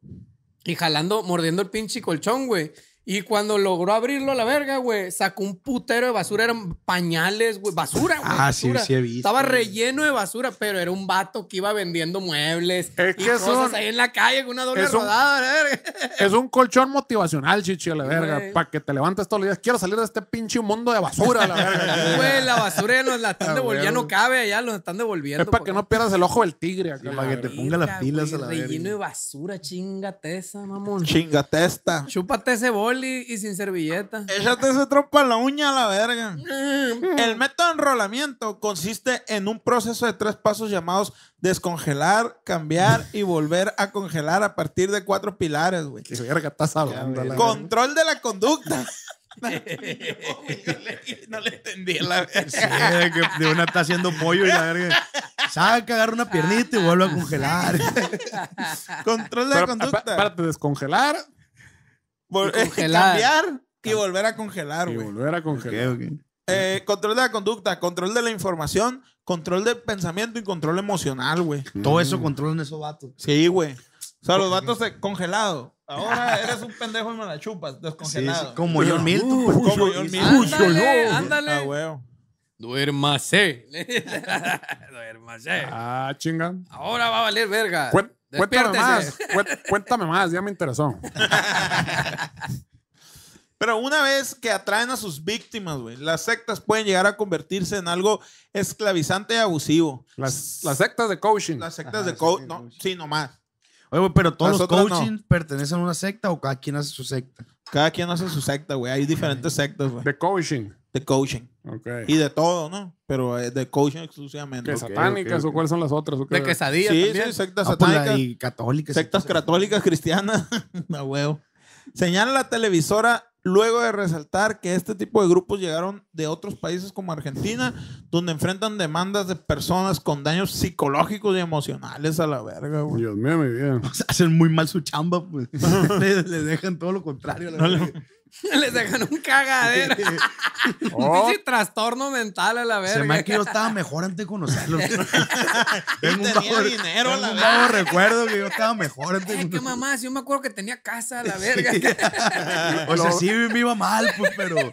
Speaker 4: Y jalando, mordiendo el pinche colchón, güey. Y cuando logró abrirlo a la verga, güey, sacó un putero de basura. Eran pañales, güey. Basura, güey.
Speaker 3: Ah, sí,
Speaker 4: basura.
Speaker 3: sí he visto,
Speaker 4: Estaba
Speaker 3: güey.
Speaker 4: relleno de basura, pero era un vato que iba vendiendo muebles.
Speaker 1: Es
Speaker 4: y
Speaker 1: que es
Speaker 4: cosas
Speaker 1: un-
Speaker 4: ahí en la calle con una doble
Speaker 1: es un-
Speaker 4: rodada, la verga.
Speaker 1: Es un colchón motivacional, chichi, a la
Speaker 4: Güey.
Speaker 1: verga. Para que te levantes todos los días. Quiero salir de este pinche mundo de basura, a la verga.
Speaker 4: Güey, la basura ya nos la están
Speaker 1: Ah,
Speaker 4: devolviendo. Ya
Speaker 1: güey.
Speaker 4: no cabe allá, los están devolviendo.
Speaker 1: Es para que
Speaker 4: porque-
Speaker 1: no pierdas el ojo del tigre acá.
Speaker 3: para que te
Speaker 4: Verga,
Speaker 3: ponga las pilas a la
Speaker 4: güey,
Speaker 3: verga.
Speaker 4: Relleno de basura, chingate esa, mamón.
Speaker 2: Chingate esta.
Speaker 4: Chúpate ese boli y sin servilleta.
Speaker 2: Échate ese trompo en la uña a la verga. El método de enrolamiento consiste en un proceso de tres pasos llamados descongelar, cambiar y volver a congelar a partir de cuatro pilares, güey.
Speaker 1: Qué verga estás hablando. a la verga.
Speaker 2: Control de la conducta. no le entendí la
Speaker 3: Sí, de que de una está haciendo pollo y la verga. Saca, agarra una piernita y vuelve a congelar.
Speaker 2: Control de la
Speaker 1: Pero,
Speaker 2: conducta.
Speaker 1: pa- Para te descongelar
Speaker 2: Vol- eh,
Speaker 4: Y congelar.
Speaker 2: cambiar y volver a congelar,
Speaker 1: y
Speaker 2: güey.
Speaker 1: volver a congelar.
Speaker 3: Ok, ok.
Speaker 2: Eh, control de la conducta, control de la información, control del pensamiento y control emocional, güey.
Speaker 3: Todo eso controlan esos vatos.
Speaker 2: Sí, güey. O sea, los vatos eh, congelados. Ahora eres un pendejo y me la chupas,
Speaker 3: Sí,
Speaker 2: descongelado.
Speaker 3: sí, como John Milton. pues.
Speaker 2: Como John Milton.
Speaker 4: Ándale,
Speaker 2: Ah,
Speaker 4: ándale.
Speaker 2: güey.
Speaker 4: Duérmase. Duérmase.
Speaker 1: Ah, chinga.
Speaker 4: Ahora va a valer verga.
Speaker 1: Cuen- Cuéntame
Speaker 4: Despiértese.
Speaker 1: más. Cuen- Cuéntame más. Ya me interesó.
Speaker 2: Pero una vez que atraen a sus víctimas, güey, las sectas pueden llegar a convertirse en algo esclavizante y abusivo.
Speaker 1: Las, las sectas de coaching.
Speaker 2: Las sectas
Speaker 3: Ajá,
Speaker 2: de
Speaker 3: sí,
Speaker 2: coach,
Speaker 3: sí,
Speaker 2: no,
Speaker 3: sí.
Speaker 2: sí, nomás.
Speaker 3: Oye, güey, pero todos
Speaker 2: Las
Speaker 3: los
Speaker 2: otras no.
Speaker 3: coaching pertenecen a una secta o cada quien hace su secta.
Speaker 2: Cada quien hace su secta, güey. Hay diferentes sectas, güey,
Speaker 1: De coaching.
Speaker 2: de coaching
Speaker 1: Ok.
Speaker 2: y de todo, ¿no? Pero eh, de coaching exclusivamente.
Speaker 1: ¿Qué
Speaker 2: Ok.
Speaker 1: satánicas
Speaker 3: ok,
Speaker 1: o cuáles son las otras? ¿O qué?
Speaker 4: De quesadilla
Speaker 2: Sí,
Speaker 4: también.
Speaker 2: sí, sectas
Speaker 3: Ah, pues, la-
Speaker 2: satánicas.
Speaker 3: y católicas.
Speaker 2: Sectas católicas cristianas. A huevo. Señala la televisora luego de resaltar que este tipo de grupos llegaron de otros países como Argentina, donde enfrentan demandas de personas con daños psicológicos y emocionales a la verga, güey.
Speaker 1: Dios mío, mi vida.
Speaker 3: Hacen muy mal su chamba, pues. les, les dejan todo lo contrario. a la verga.
Speaker 4: Les dejan un cagadero.
Speaker 1: Oh,
Speaker 4: Un pinche trastorno mental a la
Speaker 3: Se me
Speaker 4: verga.
Speaker 3: ha que yo estaba mejor antes de conocerlo.
Speaker 2: Tenía
Speaker 3: tengo
Speaker 2: dinero,
Speaker 3: tengo
Speaker 2: la
Speaker 3: un
Speaker 2: verga.
Speaker 3: vago recuerdo que yo estaba mejor antes
Speaker 4: Ay,
Speaker 3: de
Speaker 4: qué
Speaker 3: conocerlo.
Speaker 4: mamá, si yo me acuerdo que tenía casa a la verga.
Speaker 3: O sea, sí me iba mal, pues, pero.
Speaker 1: lo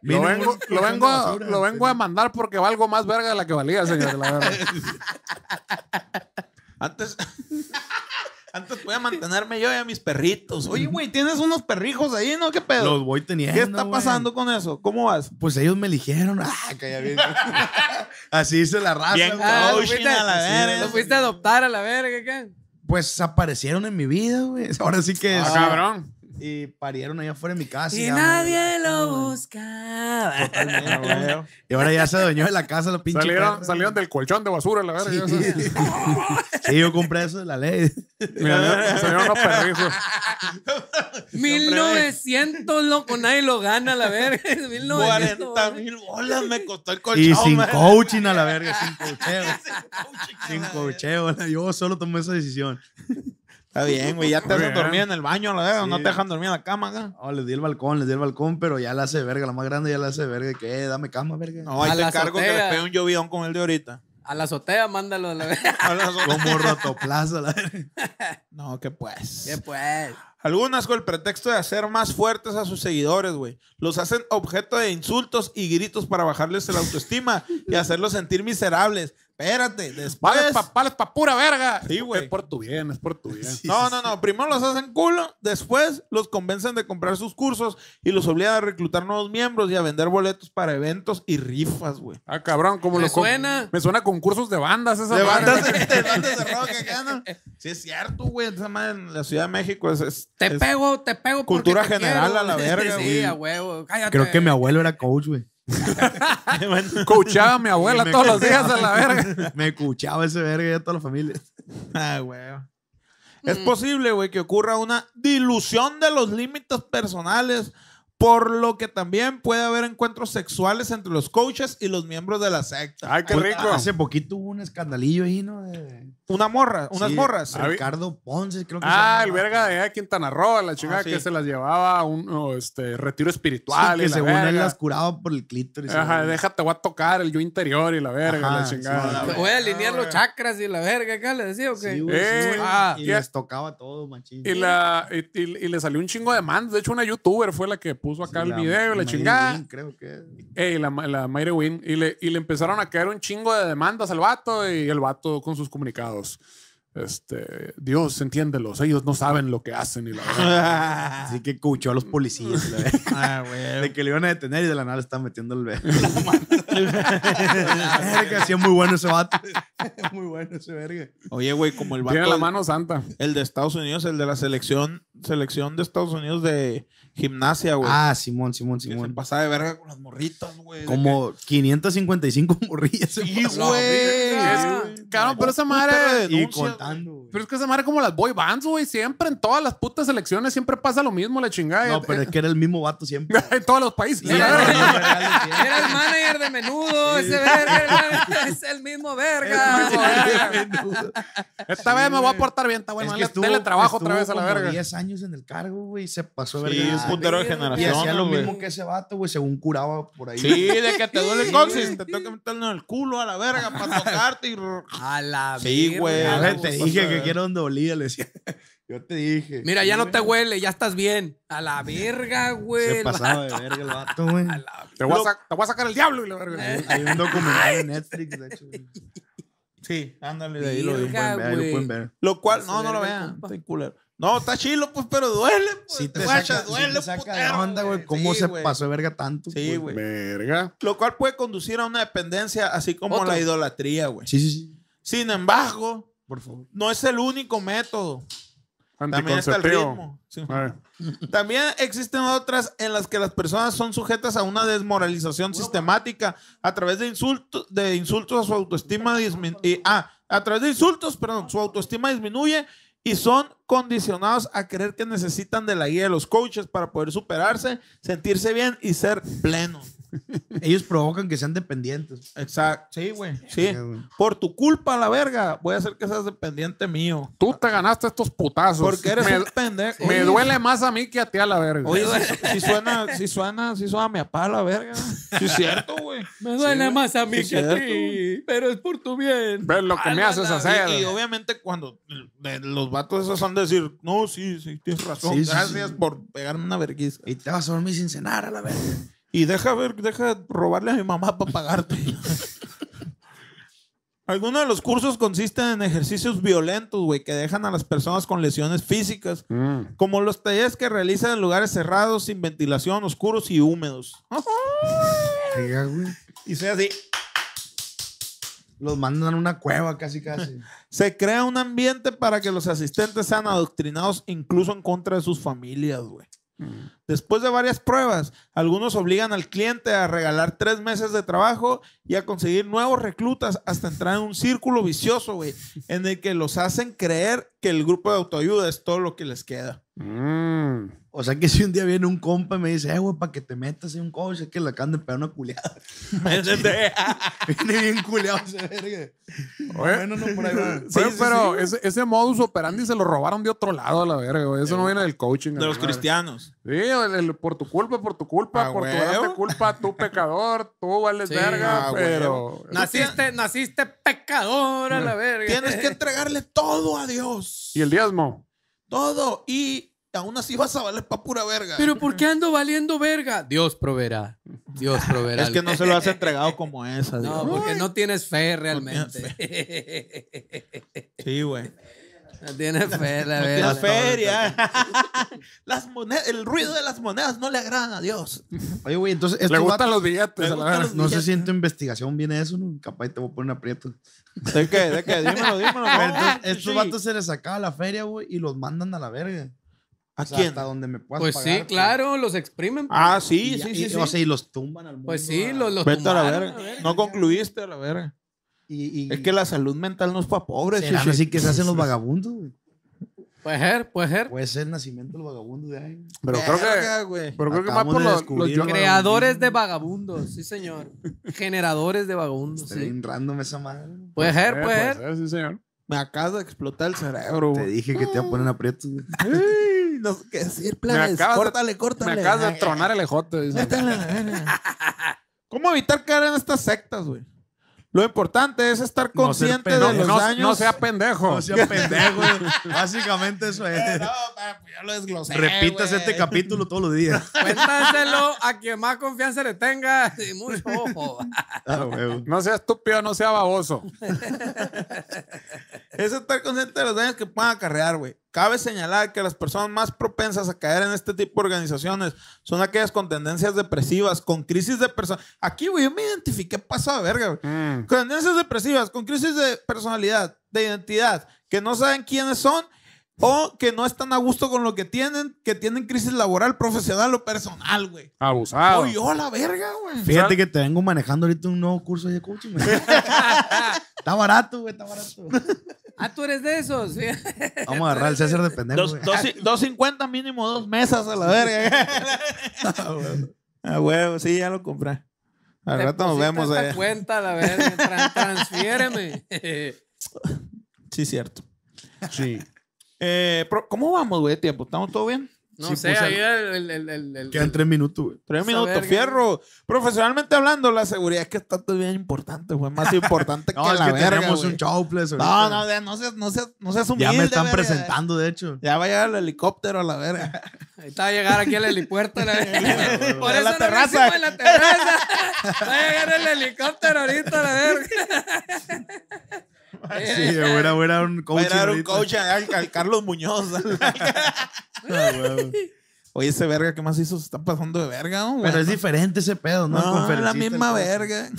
Speaker 3: mínimo
Speaker 1: vengo,
Speaker 3: un
Speaker 1: lo
Speaker 3: colchón de
Speaker 1: vengo, a-
Speaker 3: basura,
Speaker 1: lo vengo a mandar porque valgo más verga de la que valía, señor. la verdad.
Speaker 2: Antes, antes podía mantenerme yo y a mis perritos. Oye, güey, tienes unos perrijos ahí, ¿no? ¿Qué pedo?
Speaker 3: Los voy teniendo.
Speaker 2: ¿Qué está
Speaker 3: güey.
Speaker 2: pasando con eso? ¿Cómo vas?
Speaker 3: Pues ellos me eligieron. Ah, calla bien. Así dice la raza.
Speaker 2: Bien,
Speaker 3: güey.
Speaker 4: Ah, lo
Speaker 2: Coaching
Speaker 4: fuiste,
Speaker 2: a la verga.
Speaker 4: lo fuiste a adoptar a la verga, ¿qué?
Speaker 3: Pues aparecieron en mi vida, güey. Ahora sí que.
Speaker 1: Ah,
Speaker 3: sí.
Speaker 1: cabrón.
Speaker 3: Y parieron allá afuera de mi casa.
Speaker 4: Y
Speaker 3: ya,
Speaker 4: nadie
Speaker 3: güey.
Speaker 4: lo buscaba.
Speaker 2: A huevo.
Speaker 3: Y ahora ya se adueñó de la casa, los pinches.
Speaker 1: Salieron,
Speaker 3: perros.
Speaker 1: salieron del colchón de basura, la verga.
Speaker 3: Sí. Sí, yo compré eso de la ley.
Speaker 1: Mira, salieron unos perrijos.
Speaker 4: 1900, loco, nadie lo gana, la verga. 1900.
Speaker 2: 40 mil bolas me costó el colchón.
Speaker 3: Y sin
Speaker 2: madre.
Speaker 3: coaching a la verga, sin cocheo.
Speaker 2: Sin coaching.
Speaker 3: Sin cocheo. Yo solo tomé esa decisión.
Speaker 2: Está bien, güey. Ya te
Speaker 1: Muy
Speaker 2: dejan
Speaker 1: bien.
Speaker 2: dormir en el baño, la verga. No
Speaker 3: Sí.
Speaker 2: te dejan dormir en la cama, acá.
Speaker 3: Oh, les di el balcón, les di el balcón, pero ya la hace de verga. La más grande ya la hace de verga. ¿Qué? Dame cama, verga.
Speaker 2: No,
Speaker 4: A
Speaker 2: ahí
Speaker 4: la
Speaker 2: te cargo que
Speaker 4: azotea.
Speaker 2: le pegue un llovidón con el de ahorita.
Speaker 4: A la azotea, mándalo a la verga.
Speaker 2: A la azotea.
Speaker 3: Como rotoplaza, la verga.
Speaker 2: No, que pues.
Speaker 4: ¿Qué pues?
Speaker 2: Algunas con el pretexto de hacer más fuertes a sus seguidores, güey. Los hacen objeto de insultos y gritos para bajarles la autoestima y hacerlos sentir miserables. Espérate, después.
Speaker 1: Vales pa, vales pa pura verga.
Speaker 2: Sí, güey.
Speaker 1: Es por tu bien, es por tu bien.
Speaker 2: No, no, no. Primero los hacen culo, después los convencen de comprar sus cursos y los obligan a reclutar nuevos miembros y a vender boletos para eventos y rifas, güey.
Speaker 1: Ah, cabrón, como
Speaker 4: Me
Speaker 1: los con-
Speaker 4: suena.
Speaker 1: Me suena a concursos de bandas esa
Speaker 2: De
Speaker 1: madre.
Speaker 2: bandas de, de bandas de rock acá, ¿no? Sí, es cierto, güey. Esa madre en la Ciudad de México es. es-
Speaker 4: Te
Speaker 2: es-
Speaker 4: pego, te pego. porque
Speaker 2: Cultura
Speaker 4: te
Speaker 2: general
Speaker 4: quiero.
Speaker 2: a la verga,
Speaker 4: Sí,
Speaker 2: güey.
Speaker 4: a huevo. Cállate.
Speaker 3: Creo que mi abuelo era coach, güey.
Speaker 1: Coachaba a mi abuela
Speaker 3: Me
Speaker 1: todos los días
Speaker 3: coachaba.
Speaker 1: a la verga.
Speaker 3: Me escuchaba ese verga y a toda la familia.
Speaker 2: Ah, güey. Es posible, güey, que ocurra una dilución de los límites personales, por lo que también puede haber encuentros sexuales entre los coaches y los miembros de la secta.
Speaker 1: Ay, qué
Speaker 3: Pues,
Speaker 1: rico.
Speaker 3: Hace poquito hubo un escandalillo ahí, ¿no? De-
Speaker 2: Una morra, unas
Speaker 3: Sí,
Speaker 2: morras.
Speaker 1: Ah,
Speaker 3: Ricardo Ponce, creo que se
Speaker 1: Ah,
Speaker 3: llama.
Speaker 1: el verga de allá de Quintana Roo, la chingada
Speaker 2: Ah, sí.
Speaker 1: que se las llevaba a un oh, este, retiro espiritual. y
Speaker 3: Sí, que
Speaker 1: la
Speaker 3: según él
Speaker 1: verga.
Speaker 3: las curaba por el clítoris.
Speaker 1: Ajá,
Speaker 3: güey.
Speaker 1: déjate, voy a tocar el yo interior y la verga,
Speaker 3: Ajá,
Speaker 1: la chingada.
Speaker 3: sí,
Speaker 4: Te Voy a alinear
Speaker 2: Ah,
Speaker 4: los chakras y la verga. Acá le decía, ¿o qué?
Speaker 3: Sí, güey,
Speaker 1: Eh,
Speaker 3: sí, güey.
Speaker 1: ah,
Speaker 3: y
Speaker 1: ya.
Speaker 3: les tocaba todo, machín.
Speaker 1: y, la, y, y- y le salió un chingo de man. De hecho, una youtuber fue la que puso acá el
Speaker 3: Sí,
Speaker 1: video y la
Speaker 3: Mary
Speaker 1: chingada.
Speaker 3: Wynn, creo que. es.
Speaker 1: Ey, la, ma- la Mayre Wynn. Y le, y le empezaron a caer un chingo de demandas al vato y el vato con sus comunicados. Este, Dios, entiéndelos. Ellos no saben lo que hacen. Y la verdad.
Speaker 2: Ah,
Speaker 3: Así que escuchó a los policías. la verga.
Speaker 2: ah, güey.
Speaker 3: de que le iban a detener y de la nada le están metiendo el verga. que hacía muy bueno ese vato. muy bueno ese verga.
Speaker 2: Oye, güey, como el
Speaker 1: Tiene la
Speaker 2: vato,
Speaker 1: mano santa.
Speaker 2: el de Estados Unidos, el de la selección, selección de Estados Unidos de gimnasia, güey.
Speaker 3: Ah, Simón, Simón,
Speaker 2: que se
Speaker 3: Simón.
Speaker 2: pasaba de verga con las morritas, güey. de
Speaker 3: Como 555 morrillas. se
Speaker 2: Sí,
Speaker 3: pasó.
Speaker 2: güey.
Speaker 4: Ah.
Speaker 2: Sí,
Speaker 1: Cabrón, pero esa
Speaker 2: Un
Speaker 1: madre-
Speaker 2: putero de
Speaker 1: Y
Speaker 3: Y
Speaker 2: denuncias,
Speaker 3: contando. güey.
Speaker 1: Pero es que esa madre como las boy bands, güey. Siempre en todas las putas elecciones siempre pasa lo mismo, la chingada. Eh,
Speaker 3: No, pero es que era el mismo vato siempre.
Speaker 1: en todos los países.
Speaker 3: Sí,
Speaker 1: la verga.
Speaker 4: Era el manager de menudo, ese verga. era- Es el mismo verga.
Speaker 1: Esta vez me voy a portar bien, está bueno.
Speaker 3: Es que
Speaker 1: Dale,
Speaker 3: estuvo-
Speaker 1: dale trabajo otra
Speaker 3: estuvo
Speaker 1: vez a la
Speaker 3: como
Speaker 1: verga.
Speaker 3: 10 años en el cargo, güey, y se pasó
Speaker 2: Sí,
Speaker 3: verga.
Speaker 2: un putero de
Speaker 3: y hacía lo
Speaker 2: generación, güey.
Speaker 3: mismo que ese vato, güey, según curaba por ahí.
Speaker 2: Sí, de que te duele el coxis, te tengo que meterlo en el culo a la verga para tocarte y...
Speaker 4: A la
Speaker 2: Sí, güey.
Speaker 4: verga.
Speaker 3: A ver, te
Speaker 2: Algo
Speaker 3: Ah, dije
Speaker 2: pasa.
Speaker 3: que quiero donde olía, le decía. Yo te dije.
Speaker 4: Mira, ya
Speaker 3: Sí,
Speaker 4: no
Speaker 3: güey.
Speaker 4: te huele, ya estás bien. A la verga, güey.
Speaker 3: Se
Speaker 4: el
Speaker 3: pasaba de verga el vato, güey.
Speaker 4: vato, a la-
Speaker 1: Te voy, a
Speaker 2: Lo-
Speaker 1: sac- te voy a sacar el diablo y la verga.
Speaker 4: Eh.
Speaker 3: Hay un documental en Netflix, de hecho. güey.
Speaker 2: Sí, ándale de ahí lo vi.
Speaker 4: Verga. Ah,
Speaker 3: Pueden ver, lo
Speaker 4: güey.
Speaker 3: pueden ver.
Speaker 2: Lo cual, no,
Speaker 4: Ese
Speaker 2: no lo
Speaker 4: verga,
Speaker 2: vean.
Speaker 4: compa.
Speaker 2: está culero. No, está chilo, pues, pero duele. Pues.
Speaker 3: Sí te
Speaker 2: Guacha,
Speaker 3: saca, sí te saca de
Speaker 2: putero,
Speaker 3: onda, güey. ¿Cómo
Speaker 2: Sí,
Speaker 3: se
Speaker 2: güey.
Speaker 3: pasó de verga tanto?
Speaker 2: Sí, güey.
Speaker 1: Verga.
Speaker 2: Lo cual puede conducir a una dependencia, así como
Speaker 4: Otro.
Speaker 2: la idolatría, güey.
Speaker 3: Sí, sí, sí.
Speaker 2: Sin embargo,
Speaker 3: Por favor.
Speaker 2: no es el único método. También está el
Speaker 1: Anticonceptivo.
Speaker 2: ritmo. Sí.
Speaker 1: Eh.
Speaker 2: También existen otras en las que las personas son sujetas a una desmoralización sistemática a través de insultos, de insultos a su autoestima dismi- y- ah, a través de insultos, perdón, su autoestima disminuye y son condicionados a creer que necesitan de la guía de los coaches para poder superarse, sentirse bien y ser pleno.
Speaker 3: Ellos provocan que sean dependientes.
Speaker 2: Exacto. Sí, güey. Sí.
Speaker 3: Ya, güey.
Speaker 2: Por tu culpa, la verga, voy a hacer que seas dependiente mío.
Speaker 1: Tú te ganaste estos
Speaker 3: Pues,
Speaker 1: putazos.
Speaker 2: Porque eres
Speaker 1: me,
Speaker 2: un pendejo.
Speaker 1: me
Speaker 2: Oye,
Speaker 1: duele más a mí que a ti a la verga.
Speaker 2: Oye, si, si suena, si suena, si suena mi apá la verga. Sí, es cierto, güey.
Speaker 4: Me duele
Speaker 2: Sí,
Speaker 4: más a mí
Speaker 2: sí,
Speaker 4: que a
Speaker 2: cierto.
Speaker 4: ti, pero es por tu bien.
Speaker 1: Ves lo que me
Speaker 4: Algo
Speaker 1: haces
Speaker 4: anda
Speaker 1: hacer.
Speaker 2: Y, y obviamente cuando de- los vatos esos han de decir, no, sí, sí, tienes razón,
Speaker 3: Sí, sí,
Speaker 2: gracias
Speaker 3: sí.
Speaker 2: por pegarme una vergüenza.
Speaker 3: Y te vas a dormir sin cenar a la verga.
Speaker 2: Y deja ver, deja robarle a mi mamá para pagarte. Algunos de los cursos consisten en ejercicios violentos, güey, que dejan a las personas con lesiones físicas,
Speaker 1: Mm.
Speaker 2: como los talleres que realizan en lugares cerrados, sin ventilación, oscuros y húmedos.
Speaker 3: Verga, güey.
Speaker 2: Y sea así.
Speaker 3: Los mandan a una cueva casi, casi.
Speaker 2: Se crea un ambiente para que los asistentes sean adoctrinados incluso en contra de sus familias, güey.
Speaker 1: Mm.
Speaker 2: Después de varias pruebas, algunos obligan al cliente a regalar tres meses de trabajo y a conseguir nuevos reclutas hasta entrar en un círculo vicioso, güey, en el que los hacen creer que el grupo de autoayuda es todo lo que les queda.
Speaker 1: Mm.
Speaker 3: O sea que si un día viene un compa y me dice, eh, güey, para que te metas en un coach, es que le acaban de pegar una culeada. viene bien culeado ese verga.
Speaker 1: Oye,
Speaker 3: Bueno, no, por ahí va.
Speaker 1: Sí,
Speaker 2: Sí, sí,
Speaker 1: pero
Speaker 2: sí.
Speaker 1: Ese, ese modus operandi se lo robaron de otro lado a la verga, güey. Eso no viene del coaching. a
Speaker 2: De
Speaker 1: la
Speaker 2: los
Speaker 1: madre.
Speaker 2: cristianos.
Speaker 1: Sí, el- el por tu culpa, por tu culpa,
Speaker 2: A
Speaker 1: por tu
Speaker 2: huevo. ah,
Speaker 1: grande culpa, tú pecador, tú vales
Speaker 4: Sí,
Speaker 1: verga,
Speaker 2: a
Speaker 1: pero...
Speaker 4: Naciste, naciste pecador a la verga.
Speaker 2: Tienes que entregarle todo a Dios.
Speaker 1: Y el diezmo.
Speaker 2: Todo. Y aún así vas a valer pa' pura verga.
Speaker 4: Pero ¿por qué ando valiendo verga? Dios proveerá. Dios proveerá.
Speaker 2: es que no se lo has entregado como esa,
Speaker 4: No,
Speaker 2: Dios.
Speaker 4: porque no tienes fe
Speaker 2: tienes
Speaker 4: realmente.
Speaker 2: Sí, güey.
Speaker 4: No tienes fe,
Speaker 2: La
Speaker 4: la verga.
Speaker 2: feria. las monedas, el ruido de las monedas no le agrada a Dios.
Speaker 3: Oye, güey, entonces.
Speaker 1: Le
Speaker 3: estos
Speaker 1: gustan
Speaker 3: vatos-
Speaker 1: los billetes,
Speaker 2: le
Speaker 1: a la
Speaker 2: gustan
Speaker 1: verga.
Speaker 2: los-
Speaker 3: No sé si en tu investigación viene eso, ¿no? Capaz te voy a poner un aprieto.
Speaker 2: ¿De qué? ¿De qué? Dímelo, dímelo.
Speaker 3: Pero entonces, estos vatos se les sacaba la feria, güey, y los mandan a la verga.
Speaker 2: ¿A
Speaker 3: O sea,
Speaker 2: quién?
Speaker 3: Hasta donde me puedas
Speaker 4: Pues
Speaker 3: pagar,
Speaker 4: sí,
Speaker 3: pues.
Speaker 4: claro, los exprimen.
Speaker 2: Ah,
Speaker 3: Y,
Speaker 2: sí,
Speaker 3: ya-
Speaker 2: sí,
Speaker 3: y-
Speaker 2: sí. sí.
Speaker 3: O sea, y los tumban al mundo.
Speaker 4: Pues sí,
Speaker 3: a-
Speaker 4: los, los
Speaker 2: Vete a la
Speaker 4: tumbaron,
Speaker 2: verga. No concluiste a la verga.
Speaker 3: Y, y-
Speaker 2: Es que la salud mental no es para pobres.
Speaker 3: serán
Speaker 2: chichi.
Speaker 3: así que se hacen los vagabundos, güey.
Speaker 4: Puede ser, puede ser.
Speaker 3: Puede ser el nacimiento del vagabundo de ahí.
Speaker 1: Pero creo que...
Speaker 2: Verga, güey.
Speaker 1: Pero creo que más
Speaker 3: Acabamos
Speaker 1: por
Speaker 3: de
Speaker 1: los...
Speaker 3: descubrir,
Speaker 1: los-
Speaker 3: güey.
Speaker 4: Creadores de vagabundos, sí, señor. Generadores de vagabundos,
Speaker 3: Estaría
Speaker 4: sí.
Speaker 3: bien random esa madre. güey.
Speaker 4: Puede
Speaker 1: Eh,
Speaker 4: ser, puede
Speaker 1: puede
Speaker 4: ser.
Speaker 1: ser, sí, señor.
Speaker 2: Me acabas de explotar el cerebro,
Speaker 3: Te
Speaker 2: güey.
Speaker 3: dije que te iba a poner aprietos, güey.
Speaker 2: Ay, No sé qué decir, planes.
Speaker 1: acabas de-
Speaker 2: Córtale,
Speaker 1: Me
Speaker 2: córtale.
Speaker 1: acabas de tronar el ejote. dice.
Speaker 2: Métele la verga. ¿Cómo evitar caer en estas sectas, güey? Lo importante es estar
Speaker 3: No ser
Speaker 2: consciente
Speaker 3: pendejo.
Speaker 2: de los
Speaker 1: No, no,
Speaker 2: daños.
Speaker 1: no sea pendejo.
Speaker 3: No sea pendejo, güey. Básicamente eso
Speaker 2: Eh,
Speaker 3: es.
Speaker 2: no, papi, ya lo desglosé,
Speaker 3: Repitas
Speaker 2: güey.
Speaker 3: este capítulo todos los días.
Speaker 4: Cuéntaselo a quien más confianza le tenga. Y mucho ojo.
Speaker 3: Ah, güey.
Speaker 1: No sea estúpido, no sea baboso.
Speaker 2: Es estar consciente de los daños que puedan acarrear, güey. Cabe señalar que las personas más propensas a caer en este tipo de organizaciones son aquellas con tendencias depresivas, con crisis de personalidad. Aquí, güey, yo me identifiqué paso de verga, güey.
Speaker 1: Mm.
Speaker 2: Con tendencias depresivas, con crisis de personalidad, de identidad, que no saben quiénes son o que no están a gusto con lo que tienen, que tienen crisis laboral, profesional o personal, güey.
Speaker 1: Abusado.
Speaker 2: Soy yo a la verga, güey.
Speaker 3: Fíjate que te vengo manejando ahorita un nuevo curso de coaching, güey. Está barato, güey, está barato.
Speaker 4: Ah, tú eres de esos. sí.
Speaker 3: Vamos a agarrar al César de pendejo,
Speaker 2: Dos,
Speaker 3: güey.
Speaker 2: dos, dos cincuenta mínimo, dos mesas a la verga. ah, huevo, sí, ya lo compré. Al rato nos
Speaker 4: Deposita
Speaker 2: vemos eh.
Speaker 4: esta
Speaker 2: allá.
Speaker 4: cuenta, la verga. Tran- transfiéreme.
Speaker 2: Sí, cierto.
Speaker 1: Sí.
Speaker 2: Eh, pro- ¿Cómo vamos, güey, de tiempo? ¿Estamos todo bien?
Speaker 4: No
Speaker 3: Sí,
Speaker 4: sé,
Speaker 3: pues,
Speaker 4: ahí el- el- el- el- el-
Speaker 3: Quedan tres minutos, güey.
Speaker 2: Tres
Speaker 4: Esa
Speaker 2: minutos,
Speaker 4: verga.
Speaker 2: fierro. Profesionalmente hablando, la seguridad que está bien importante, güey. Más importante
Speaker 3: No,
Speaker 2: que
Speaker 3: es
Speaker 2: la
Speaker 3: que
Speaker 2: verga,
Speaker 3: tenemos
Speaker 2: güey.
Speaker 3: un show, please,
Speaker 2: No, no, de- no seas, no seas, no seas humilde,
Speaker 3: Ya me están
Speaker 2: verga.
Speaker 3: presentando, de hecho.
Speaker 2: Ya va a llegar el helicóptero a la verga.
Speaker 4: Ahí está a llegar aquí al helipuerto. la- Por
Speaker 2: De
Speaker 4: eso
Speaker 2: la
Speaker 4: no
Speaker 2: terraza.
Speaker 4: terraza. en la terraza. Va a llegar el helicóptero ahorita, la verga.
Speaker 3: Sí, güey, era, era un
Speaker 2: va Eh. a
Speaker 3: coaching.
Speaker 2: llegar un
Speaker 3: ahorita.
Speaker 2: coach allá, al, al Carlos Muñoz.
Speaker 3: Ah, güey.
Speaker 2: Oye, ese verga, ¿qué más hizo? Se está pasando de verga, ¿no?
Speaker 3: Pero es diferente ese pedo, ¿no?
Speaker 2: No, es la
Speaker 3: Conferencista,
Speaker 2: misma
Speaker 3: el coaching.
Speaker 2: verga.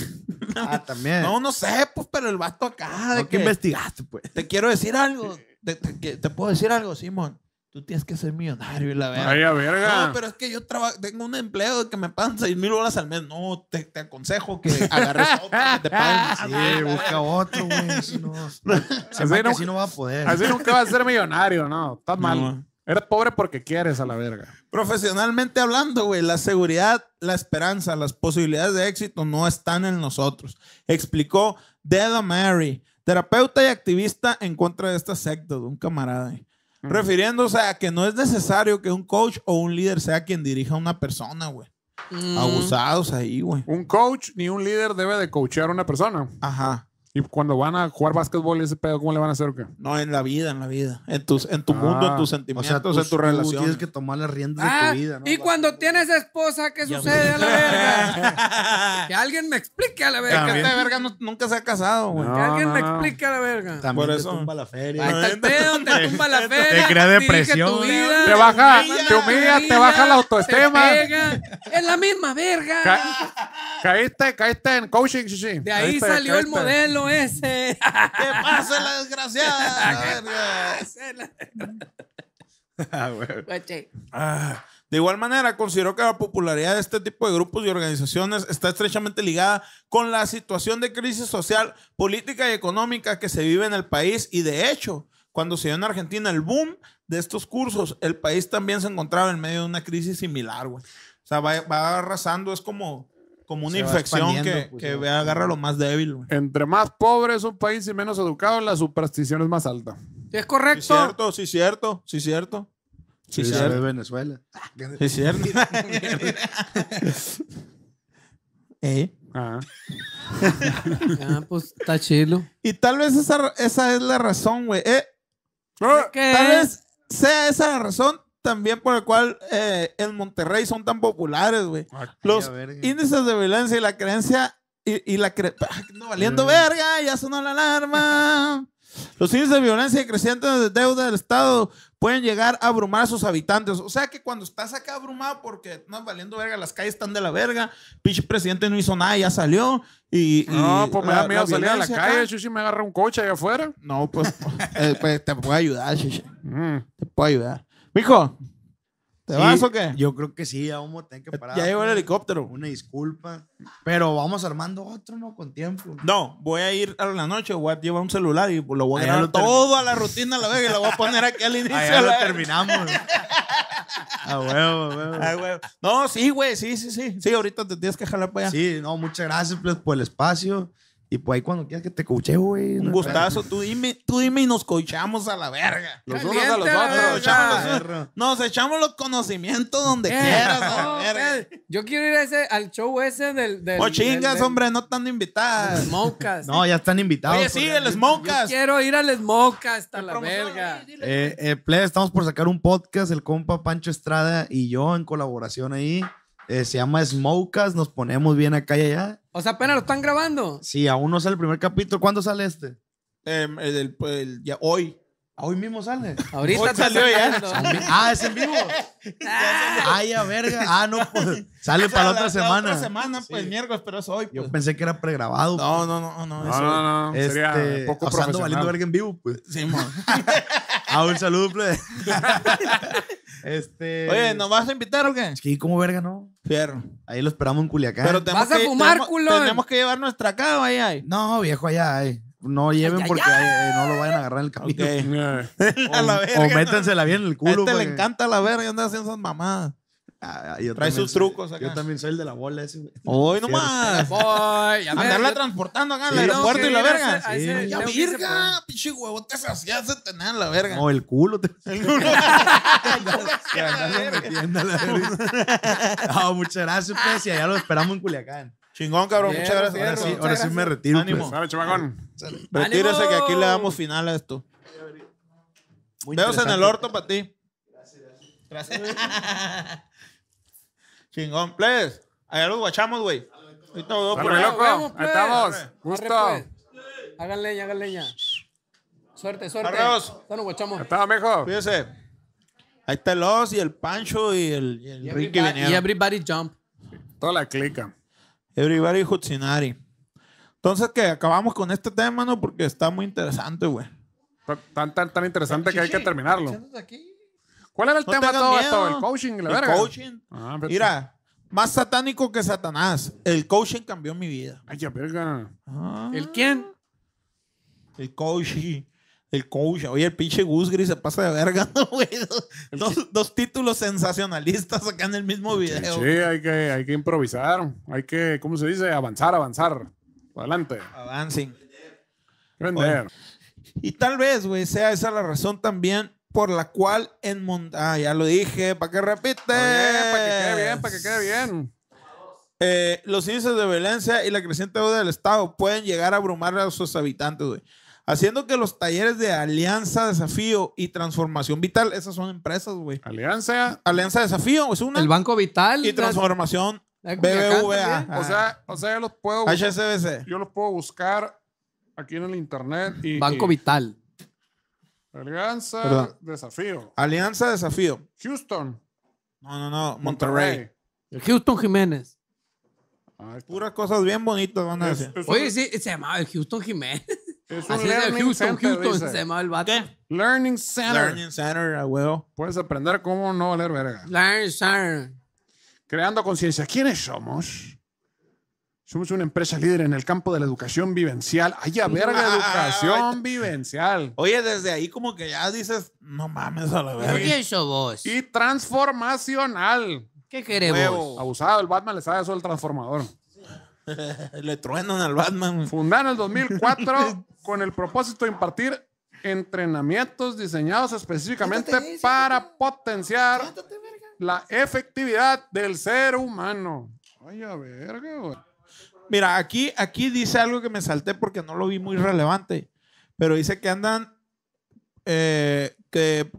Speaker 3: Ah, también.
Speaker 2: No, no sé, pues, pero el vato acá. De
Speaker 3: No, ¿Qué
Speaker 2: que,
Speaker 3: investigaste, pues?
Speaker 2: te quiero decir algo. Te, te- que- te puedo decir algo, Simón. Tú tienes que ser millonario y la verga.
Speaker 1: Ay, a verga.
Speaker 2: Eh, No, pero es que yo trabajo, tengo un empleo que me pagan seis mil dólares al mes. No, te, te aconsejo que agarres otro que te paguen.
Speaker 3: Sí, busca otro, güey. Así no. Se
Speaker 1: Así
Speaker 3: me
Speaker 1: no-
Speaker 3: que así no va a poder.
Speaker 1: Así nunca vas a ser millonario, no. Estás mal.
Speaker 2: No.
Speaker 1: Eres pobre porque quieres a la verga.
Speaker 2: Profesionalmente hablando, güey, la seguridad, la esperanza, las posibilidades de éxito no están en nosotros. Explicó Della Mary, terapeuta y activista en contra de esta secta, de un camarada. eh. Refiriéndose a que no es necesario que un coach o un líder sea quien dirija a una persona, güey.
Speaker 4: Mm.
Speaker 2: Abusados ahí, güey.
Speaker 1: Un coach ni un líder debe de coachear a una persona.
Speaker 2: Ajá.
Speaker 1: Y cuando van a jugar básquetbol y ese pedo, ¿cómo le van a hacer? o qué?
Speaker 2: No, en la vida, en la vida. En tu, en tu
Speaker 1: Ah,
Speaker 2: mundo, en tus
Speaker 3: O
Speaker 2: sentimientos,
Speaker 3: sea, tú,
Speaker 2: en tu
Speaker 3: tú
Speaker 2: relación.
Speaker 3: tienes que tomar las riendas de
Speaker 4: Ah,
Speaker 3: tu vida, ¿no?
Speaker 4: y cuando tienes esposa, ¿qué sucede a la verga? Que alguien me explique a la verga.
Speaker 3: También.
Speaker 2: Este verga no- nunca se ha casado, güey.
Speaker 4: Que
Speaker 1: No,
Speaker 4: alguien
Speaker 1: no,
Speaker 4: me
Speaker 1: no.
Speaker 4: explique a la verga.
Speaker 3: También
Speaker 2: Por
Speaker 3: te
Speaker 2: eso-
Speaker 3: tumba la feria.
Speaker 4: Ahí está el pedo, te tumba la feria.
Speaker 3: crea
Speaker 4: dirige
Speaker 3: depresión,
Speaker 4: tu
Speaker 3: güey.
Speaker 4: vida,
Speaker 1: Te baja,
Speaker 4: manda
Speaker 1: te humilla, te baja la autoestima.
Speaker 4: te pega. Es la misma verga.
Speaker 1: Ca- caíste, caíste en coaching, sí, sí.
Speaker 4: De ahí
Speaker 1: Caíste,
Speaker 4: salió el
Speaker 1: caíste.
Speaker 4: modelo ese.
Speaker 2: ¿Qué pasa, la desgraciada? La verga.
Speaker 3: Ah, güey.
Speaker 2: Ah, De igual manera, consideró que la popularidad de este tipo de grupos y organizaciones está estrechamente ligada con la situación de crisis social, política y económica que se vive en el país y de hecho, cuando se dio en Argentina el boom de estos cursos, el país también se encontraba en medio de una crisis similar, güey. O sea, va, va arrasando, es como, como una
Speaker 3: Se va
Speaker 2: infección
Speaker 3: expandiendo,
Speaker 2: que,
Speaker 3: pues,
Speaker 2: que
Speaker 3: se va
Speaker 2: ve- agarra a lo más débil, güey.
Speaker 1: Entre más pobre es un país y menos educado, la superstición es más alta.
Speaker 4: Es
Speaker 2: Sí,
Speaker 4: correcto.
Speaker 2: cierto, sí, cierto, sí, cierto. Sí,
Speaker 3: Sí,
Speaker 2: cierto.
Speaker 3: de Venezuela.
Speaker 2: Ah, Sí, cierto. Eh.
Speaker 1: Ajá.
Speaker 4: Ah, pues está chilo.
Speaker 2: Y tal vez esa, esa es la razón, güey. Eh,
Speaker 4: ¿Qué
Speaker 2: Tal
Speaker 4: es?
Speaker 2: vez sea esa la razón también por la cual eh, en Monterrey son tan populares, güey. Los
Speaker 3: a verga.
Speaker 2: índices de violencia y la creencia y, y la cre Ah, no,
Speaker 1: Mm.
Speaker 2: valiendo verga, ya sonó la alarma. Los índices de violencia y crecientes de deuda del Estado pueden llegar a abrumar a sus habitantes. O sea que cuando estás acá abrumado porque no valiendo verga, las calles están de la verga, pinche presidente no hizo nada, ya salió. Y, y
Speaker 1: No, pues me
Speaker 2: la-
Speaker 1: da
Speaker 2: la
Speaker 1: miedo salir a la
Speaker 2: violencia
Speaker 1: calle,
Speaker 2: acá-
Speaker 1: Chuchi me agarra un coche allá afuera.
Speaker 2: No, pues, eh, pues, te puedo ayudar, chicha.
Speaker 1: Mm.
Speaker 2: Te puedo ayudar. Mijo, ¿te
Speaker 3: Sí,
Speaker 2: vas o qué?
Speaker 3: Yo creo que sí, ya vamos a tener que parar.
Speaker 2: ya llegó el
Speaker 3: una-
Speaker 2: helicóptero.
Speaker 3: Una disculpa. Pero vamos armando otro, ¿no? Con tiempo.
Speaker 2: No, voy a ir a la noche, voy a llevar un celular y lo voy a
Speaker 3: Allá
Speaker 2: grabar
Speaker 3: lo termi-
Speaker 2: todo a la rutina a la vez y la voy a poner aquí al inicio.
Speaker 3: Ah,
Speaker 2: a
Speaker 3: ya lo
Speaker 2: la-
Speaker 3: terminamos. A huevo, a huevo.
Speaker 2: Ay, Ah, güey. No, sí, güey, sí, sí, sí. Sí, ahorita te tienes que jalar para allá.
Speaker 3: Sí, no, muchas gracias pues, por el espacio. Y pues ahí cuando quieras que te coche, güey.
Speaker 2: un
Speaker 3: no,
Speaker 2: gustazo, tú dime, tú dime y nos cochamos a la verga.
Speaker 1: Los unos a
Speaker 4: Caliente
Speaker 1: los
Speaker 4: la
Speaker 1: otros.
Speaker 4: verga.
Speaker 1: chavos.
Speaker 3: perro.
Speaker 2: Nos echamos los conocimientos donde
Speaker 4: Eh,
Speaker 2: quieras, a la
Speaker 4: no,
Speaker 2: verga.
Speaker 4: Fred, Yo quiero ir a ese, al show ese del. del
Speaker 2: Oh,
Speaker 4: del-
Speaker 2: chingas,
Speaker 4: del-
Speaker 2: hombre, no están invitadas.
Speaker 4: Smokecast.
Speaker 3: No, pues, ya están invitados.
Speaker 2: Oye, sí, el
Speaker 3: cordialmente.
Speaker 4: Yo
Speaker 2: Smokecast.
Speaker 4: quiero ir al Smokecast a la
Speaker 2: Promociona,
Speaker 4: verga.
Speaker 2: dile, dile.
Speaker 3: Eh, eh, plebe, estamos por sacar un podcast, el compa Pancho Estrada y yo en colaboración ahí. Eh, se llama Smokas, nos ponemos bien acá y allá.
Speaker 4: O sea, apenas lo están grabando.
Speaker 3: Sí, aún no sale el primer capítulo. ¿Cuándo sale este?
Speaker 2: Eh, el- el- el- ya, hoy.
Speaker 3: Ah, Hoy mismo sale.
Speaker 4: Ahorita
Speaker 2: Hoy
Speaker 4: está
Speaker 2: salió ya.
Speaker 4: saliendo.
Speaker 3: Ah, es en vivo. Ay, a verga. Ah, no, pues, sale para la otra semana.
Speaker 2: otra semana, pues
Speaker 3: Sí.
Speaker 2: miércoles, pero es hoy.
Speaker 3: Yo
Speaker 2: pues.
Speaker 3: pensé que era pregrabado.
Speaker 2: No, no, no, no. es
Speaker 1: No,
Speaker 2: hoy.
Speaker 1: no, no.
Speaker 3: Este,
Speaker 1: Sería poco
Speaker 3: o sea, ando
Speaker 1: profesional.
Speaker 3: valiendo verga en vivo, pues.
Speaker 2: Sí, mon.
Speaker 3: Ah, un saludo, plebe. este.
Speaker 2: Oye, ¿nos vas a invitar o qué?
Speaker 3: Es que, ¿cómo verga no?
Speaker 2: Fierro.
Speaker 3: Ahí lo esperamos en Culiacán.
Speaker 2: Pero tenemos
Speaker 4: Vas a
Speaker 2: que-
Speaker 4: fumar,
Speaker 2: tenemos-
Speaker 4: culón.
Speaker 2: Tenemos que llevar nuestra cava ahí, ahí.
Speaker 3: No, viejo, allá. ay. No lleven
Speaker 4: ay,
Speaker 3: porque ay, ay, no lo vayan a agarrar en el
Speaker 2: Ok.
Speaker 3: camino.
Speaker 1: Eh.
Speaker 3: O,
Speaker 2: A la verga.
Speaker 3: o métansela bien en el
Speaker 2: a
Speaker 3: culo.
Speaker 2: este
Speaker 3: para
Speaker 2: le
Speaker 3: que-
Speaker 2: encanta la verga, anda haciendo esas mamadas.
Speaker 3: Ah, yo
Speaker 2: Trae
Speaker 3: también
Speaker 2: sus
Speaker 3: soy-
Speaker 2: trucos acá.
Speaker 3: Yo también soy el de la bola ese, güey.
Speaker 2: Hoy nomás.
Speaker 4: Voy, a ver,
Speaker 2: Andarla
Speaker 4: yo-
Speaker 2: transportando acá al
Speaker 3: Sí,
Speaker 2: aeropuerto
Speaker 4: tengo
Speaker 2: y la
Speaker 4: que ir a
Speaker 2: verga.
Speaker 4: ese- a
Speaker 3: Sí.
Speaker 4: ese-
Speaker 2: Ya,
Speaker 4: tengo que pues. ir a ese
Speaker 2: verga, pinche huevote se hacía se tenía la verga.
Speaker 3: No, el culo. Te...
Speaker 2: Ya, la
Speaker 3: Andarlo
Speaker 2: verga.
Speaker 3: metiendo a la verga. no, muchas gracias, pues. Y allá lo esperamos en Culiacán.
Speaker 2: Chingón, cabrón.
Speaker 4: Fierro,
Speaker 2: Muchas gracias.
Speaker 4: fierro.
Speaker 3: Ahora sí,
Speaker 4: muchas
Speaker 3: ahora sí
Speaker 4: gracias.
Speaker 3: me retiro.
Speaker 2: Ánimo.
Speaker 3: pues.
Speaker 1: Dale, chumacón.
Speaker 2: Retírese que aquí le
Speaker 4: ¡Ánimo!
Speaker 2: damos final a esto.
Speaker 3: Muy
Speaker 2: Dedos en el
Speaker 3: interesante.
Speaker 2: orto para ti. Gracias, gracias. Chingón, please. Allá los guachamos, güey. Ahorita voy
Speaker 1: Dale,
Speaker 2: por
Speaker 1: mi
Speaker 2: allá.
Speaker 1: loco.
Speaker 4: Vamos,
Speaker 1: Ahí
Speaker 4: pues.
Speaker 1: estamos.
Speaker 4: Arre,
Speaker 1: Gusto.
Speaker 4: pues. Hagan leña, hagan leña. Suerte, suerte.
Speaker 2: Arreos.
Speaker 4: Ya nos guachamos.
Speaker 1: Ahí estaba, mijo.
Speaker 2: Fíjese. Ahí está el Oz y el Pancho y el, y el Ricky
Speaker 4: Y
Speaker 2: vinieron.
Speaker 4: everybody jump.
Speaker 1: Toda la clica.
Speaker 2: Everybody Hutsinari. Entonces, que acabamos con este tema, ¿no? Porque está muy interesante, güey.
Speaker 1: Tan, tan, tan interesante que hay que terminarlo.
Speaker 4: Aquí.
Speaker 1: ¿Cuál era el
Speaker 2: No
Speaker 1: tema
Speaker 2: tengan
Speaker 1: todo
Speaker 2: miedo.
Speaker 1: esto? El coaching, la
Speaker 2: El
Speaker 1: verga.
Speaker 2: coaching.
Speaker 1: Ah, pero-
Speaker 2: Mira, más satánico que Satanás. El coaching cambió mi vida.
Speaker 1: Ay, ya, verga.
Speaker 2: Ah.
Speaker 4: ¿El quién?
Speaker 2: El coach. y- El coach. Oye, el pinche Gus Gris se pasa de verga, ¿no, güey? Dos- Dos, dos títulos sensacionalistas acá en el mismo video.
Speaker 1: Sí, hay que, hay que improvisar. Hay que, ¿cómo se dice? Avanzar, avanzar. Adelante.
Speaker 2: Avancing.
Speaker 1: ¿Qué vender?
Speaker 2: Y tal vez, güey, sea esa la razón también por la cual en Mon- Ah, ya lo dije, para que repite.
Speaker 1: Está bien, para que quede bien, para que quede bien.
Speaker 2: Eh, los índices de violencia y la creciente deuda del Estado pueden llegar a abrumar a sus habitantes, güey. Haciendo que los talleres de Alianza Desafío y Transformación Vital, esas son empresas, güey.
Speaker 1: Alianza.
Speaker 2: Alianza Desafío es una.
Speaker 4: El Banco Vital.
Speaker 2: y Transformación
Speaker 4: La- la Culiacán
Speaker 2: BBVA.
Speaker 4: también.
Speaker 1: O
Speaker 2: Ah.
Speaker 1: sea, o sea, yo los puedo,
Speaker 2: HSBC.
Speaker 1: yo los puedo buscar aquí en el internet y
Speaker 4: Banco
Speaker 1: y-
Speaker 4: Vital.
Speaker 1: Alianza,
Speaker 2: Perdón.
Speaker 1: desafío.
Speaker 2: Alianza Desafío.
Speaker 1: Houston,
Speaker 2: No, no, no. Monterrey.
Speaker 1: Monterrey.
Speaker 4: El Houston Jiménez.
Speaker 1: Ah, está.
Speaker 2: Puras cosas bien bonitas van a
Speaker 1: Es,
Speaker 2: decir.
Speaker 1: es un-
Speaker 4: Oye, sí, se llamaba el Houston Jiménez.
Speaker 1: es un
Speaker 4: Así es, el
Speaker 1: learning
Speaker 4: Houston,
Speaker 1: center,
Speaker 4: Houston
Speaker 1: dice.
Speaker 4: se llamaba el vato.
Speaker 1: Learning Center.
Speaker 2: Learning Center, a huevo.
Speaker 1: Puedes aprender cómo no valer verga.
Speaker 4: Lawrence Arn.
Speaker 1: Creando conciencia. ¿Quiénes somos? Somos una empresa líder en el campo de la educación vivencial. ¡Ay, a verga, educación vivencial!
Speaker 2: Oye, desde ahí como que ya dices, no mames a la verga.
Speaker 4: ¿Qué sos vos?
Speaker 1: Y transformacional.
Speaker 4: ¿Qué queremos?
Speaker 1: Abusado, el Batman le sabe eso al transformador.
Speaker 2: Le truenan al Batman.
Speaker 1: Fundada en el 2004 con el propósito de impartir entrenamientos diseñados específicamente
Speaker 4: Siéntate, siéntate.
Speaker 1: para potenciar la efectividad del ser humano. Ay, a verga, güey.
Speaker 2: Mira, aquí, aquí dice algo que me salté porque no lo vi muy relevante. Pero dice que andan. eh, que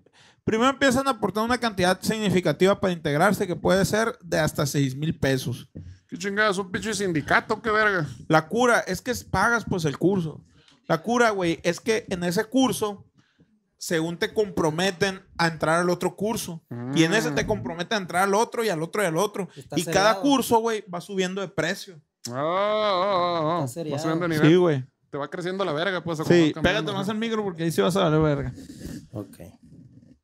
Speaker 2: primero empiezan a aportar una cantidad significativa para integrarse que puede ser de hasta 6 mil pesos.
Speaker 1: Qué chingada, es un pinche sindicato, qué verga.
Speaker 2: La cura es que pagas pues el curso. La cura, güey, es que en ese curso, según te comprometen a entrar al otro curso. Y en ese
Speaker 6: Mm.
Speaker 2: te comprometen a entrar al otro y al otro y al otro.
Speaker 4: Está
Speaker 2: y cada
Speaker 4: seriado.
Speaker 2: curso, güey, va subiendo de precio.
Speaker 1: Ah, ah, ah, ah.
Speaker 4: Está seriado.
Speaker 1: Va subiendo de nivel.
Speaker 2: Sí, güey.
Speaker 1: Te va creciendo la verga, pues. como
Speaker 2: Sí,
Speaker 1: va cambiando.
Speaker 2: pégate más el micro porque ahí sí vas a valer verga.
Speaker 6: Ok.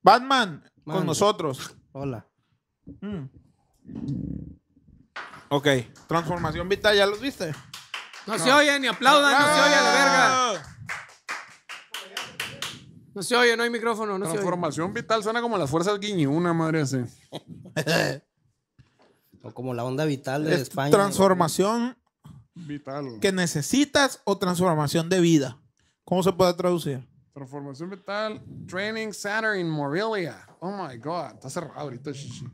Speaker 2: Batman,
Speaker 4: Mande.
Speaker 2: con nosotros.
Speaker 6: Hola.
Speaker 2: Mm. Ok, transformación vital, ¿ya los viste?
Speaker 4: No, se oye, ni aplaudan, no
Speaker 6: Ah.
Speaker 4: se oye
Speaker 1: Ah.
Speaker 4: a la verga. No se oye, no hay micrófono, no se oye.
Speaker 1: Transformación vital suena como las fuerzas guiñuna, madre así.
Speaker 6: O como la onda vital de
Speaker 2: Es
Speaker 6: España.
Speaker 2: transformación
Speaker 1: Vital.
Speaker 2: que necesitas o transformación de vida. ¿Cómo se puede traducir?
Speaker 1: Transformación vital. Training Center in Morelia. Oh my God. Está cerrado ahorita, chichi.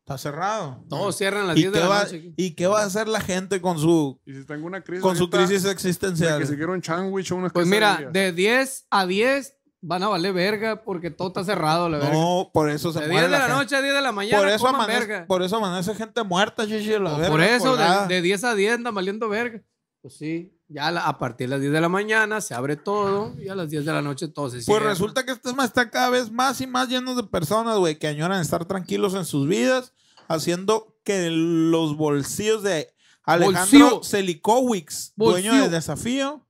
Speaker 2: Está cerrado.
Speaker 4: Todos cierran a las
Speaker 2: ¿Y
Speaker 4: 10
Speaker 2: qué,
Speaker 4: de la
Speaker 2: va,
Speaker 4: noche. aquí.
Speaker 2: ¿Y qué va a hacer la gente con su,
Speaker 1: Y si tengo una crisis.
Speaker 2: con su
Speaker 1: ahorita,
Speaker 2: crisis
Speaker 1: de Que si
Speaker 2: existencial?
Speaker 1: quiero un sandwich o unas
Speaker 4: Pues mira,
Speaker 1: quesadillas.
Speaker 4: de 10 a 10 van a valer verga porque todo está cerrado, la verga.
Speaker 2: No, por eso se
Speaker 4: de 10
Speaker 2: muere
Speaker 4: de la,
Speaker 2: la gente.
Speaker 4: noche a 10 de la mañana
Speaker 2: Por eso,
Speaker 4: coman
Speaker 2: amanece,
Speaker 4: verga.
Speaker 2: por eso amanece gente muerta, chichi, la
Speaker 4: O
Speaker 2: verga,
Speaker 4: por eso,
Speaker 2: colgada.
Speaker 4: de, de 10 a 10 andan valiendo verga. Pues sí, ya la- a partir de las 10 de la mañana se abre todo y a las 10 de la noche todo se
Speaker 2: Pues
Speaker 4: cierra.
Speaker 2: resulta que este tema está cada vez más y más lleno de personas, güey, que añoran estar tranquilos en sus vidas, haciendo que los bolsillos de Alejandro
Speaker 4: Bolsillo.
Speaker 2: Selikowicz, dueño de
Speaker 4: Bolsillo.
Speaker 2: desafío,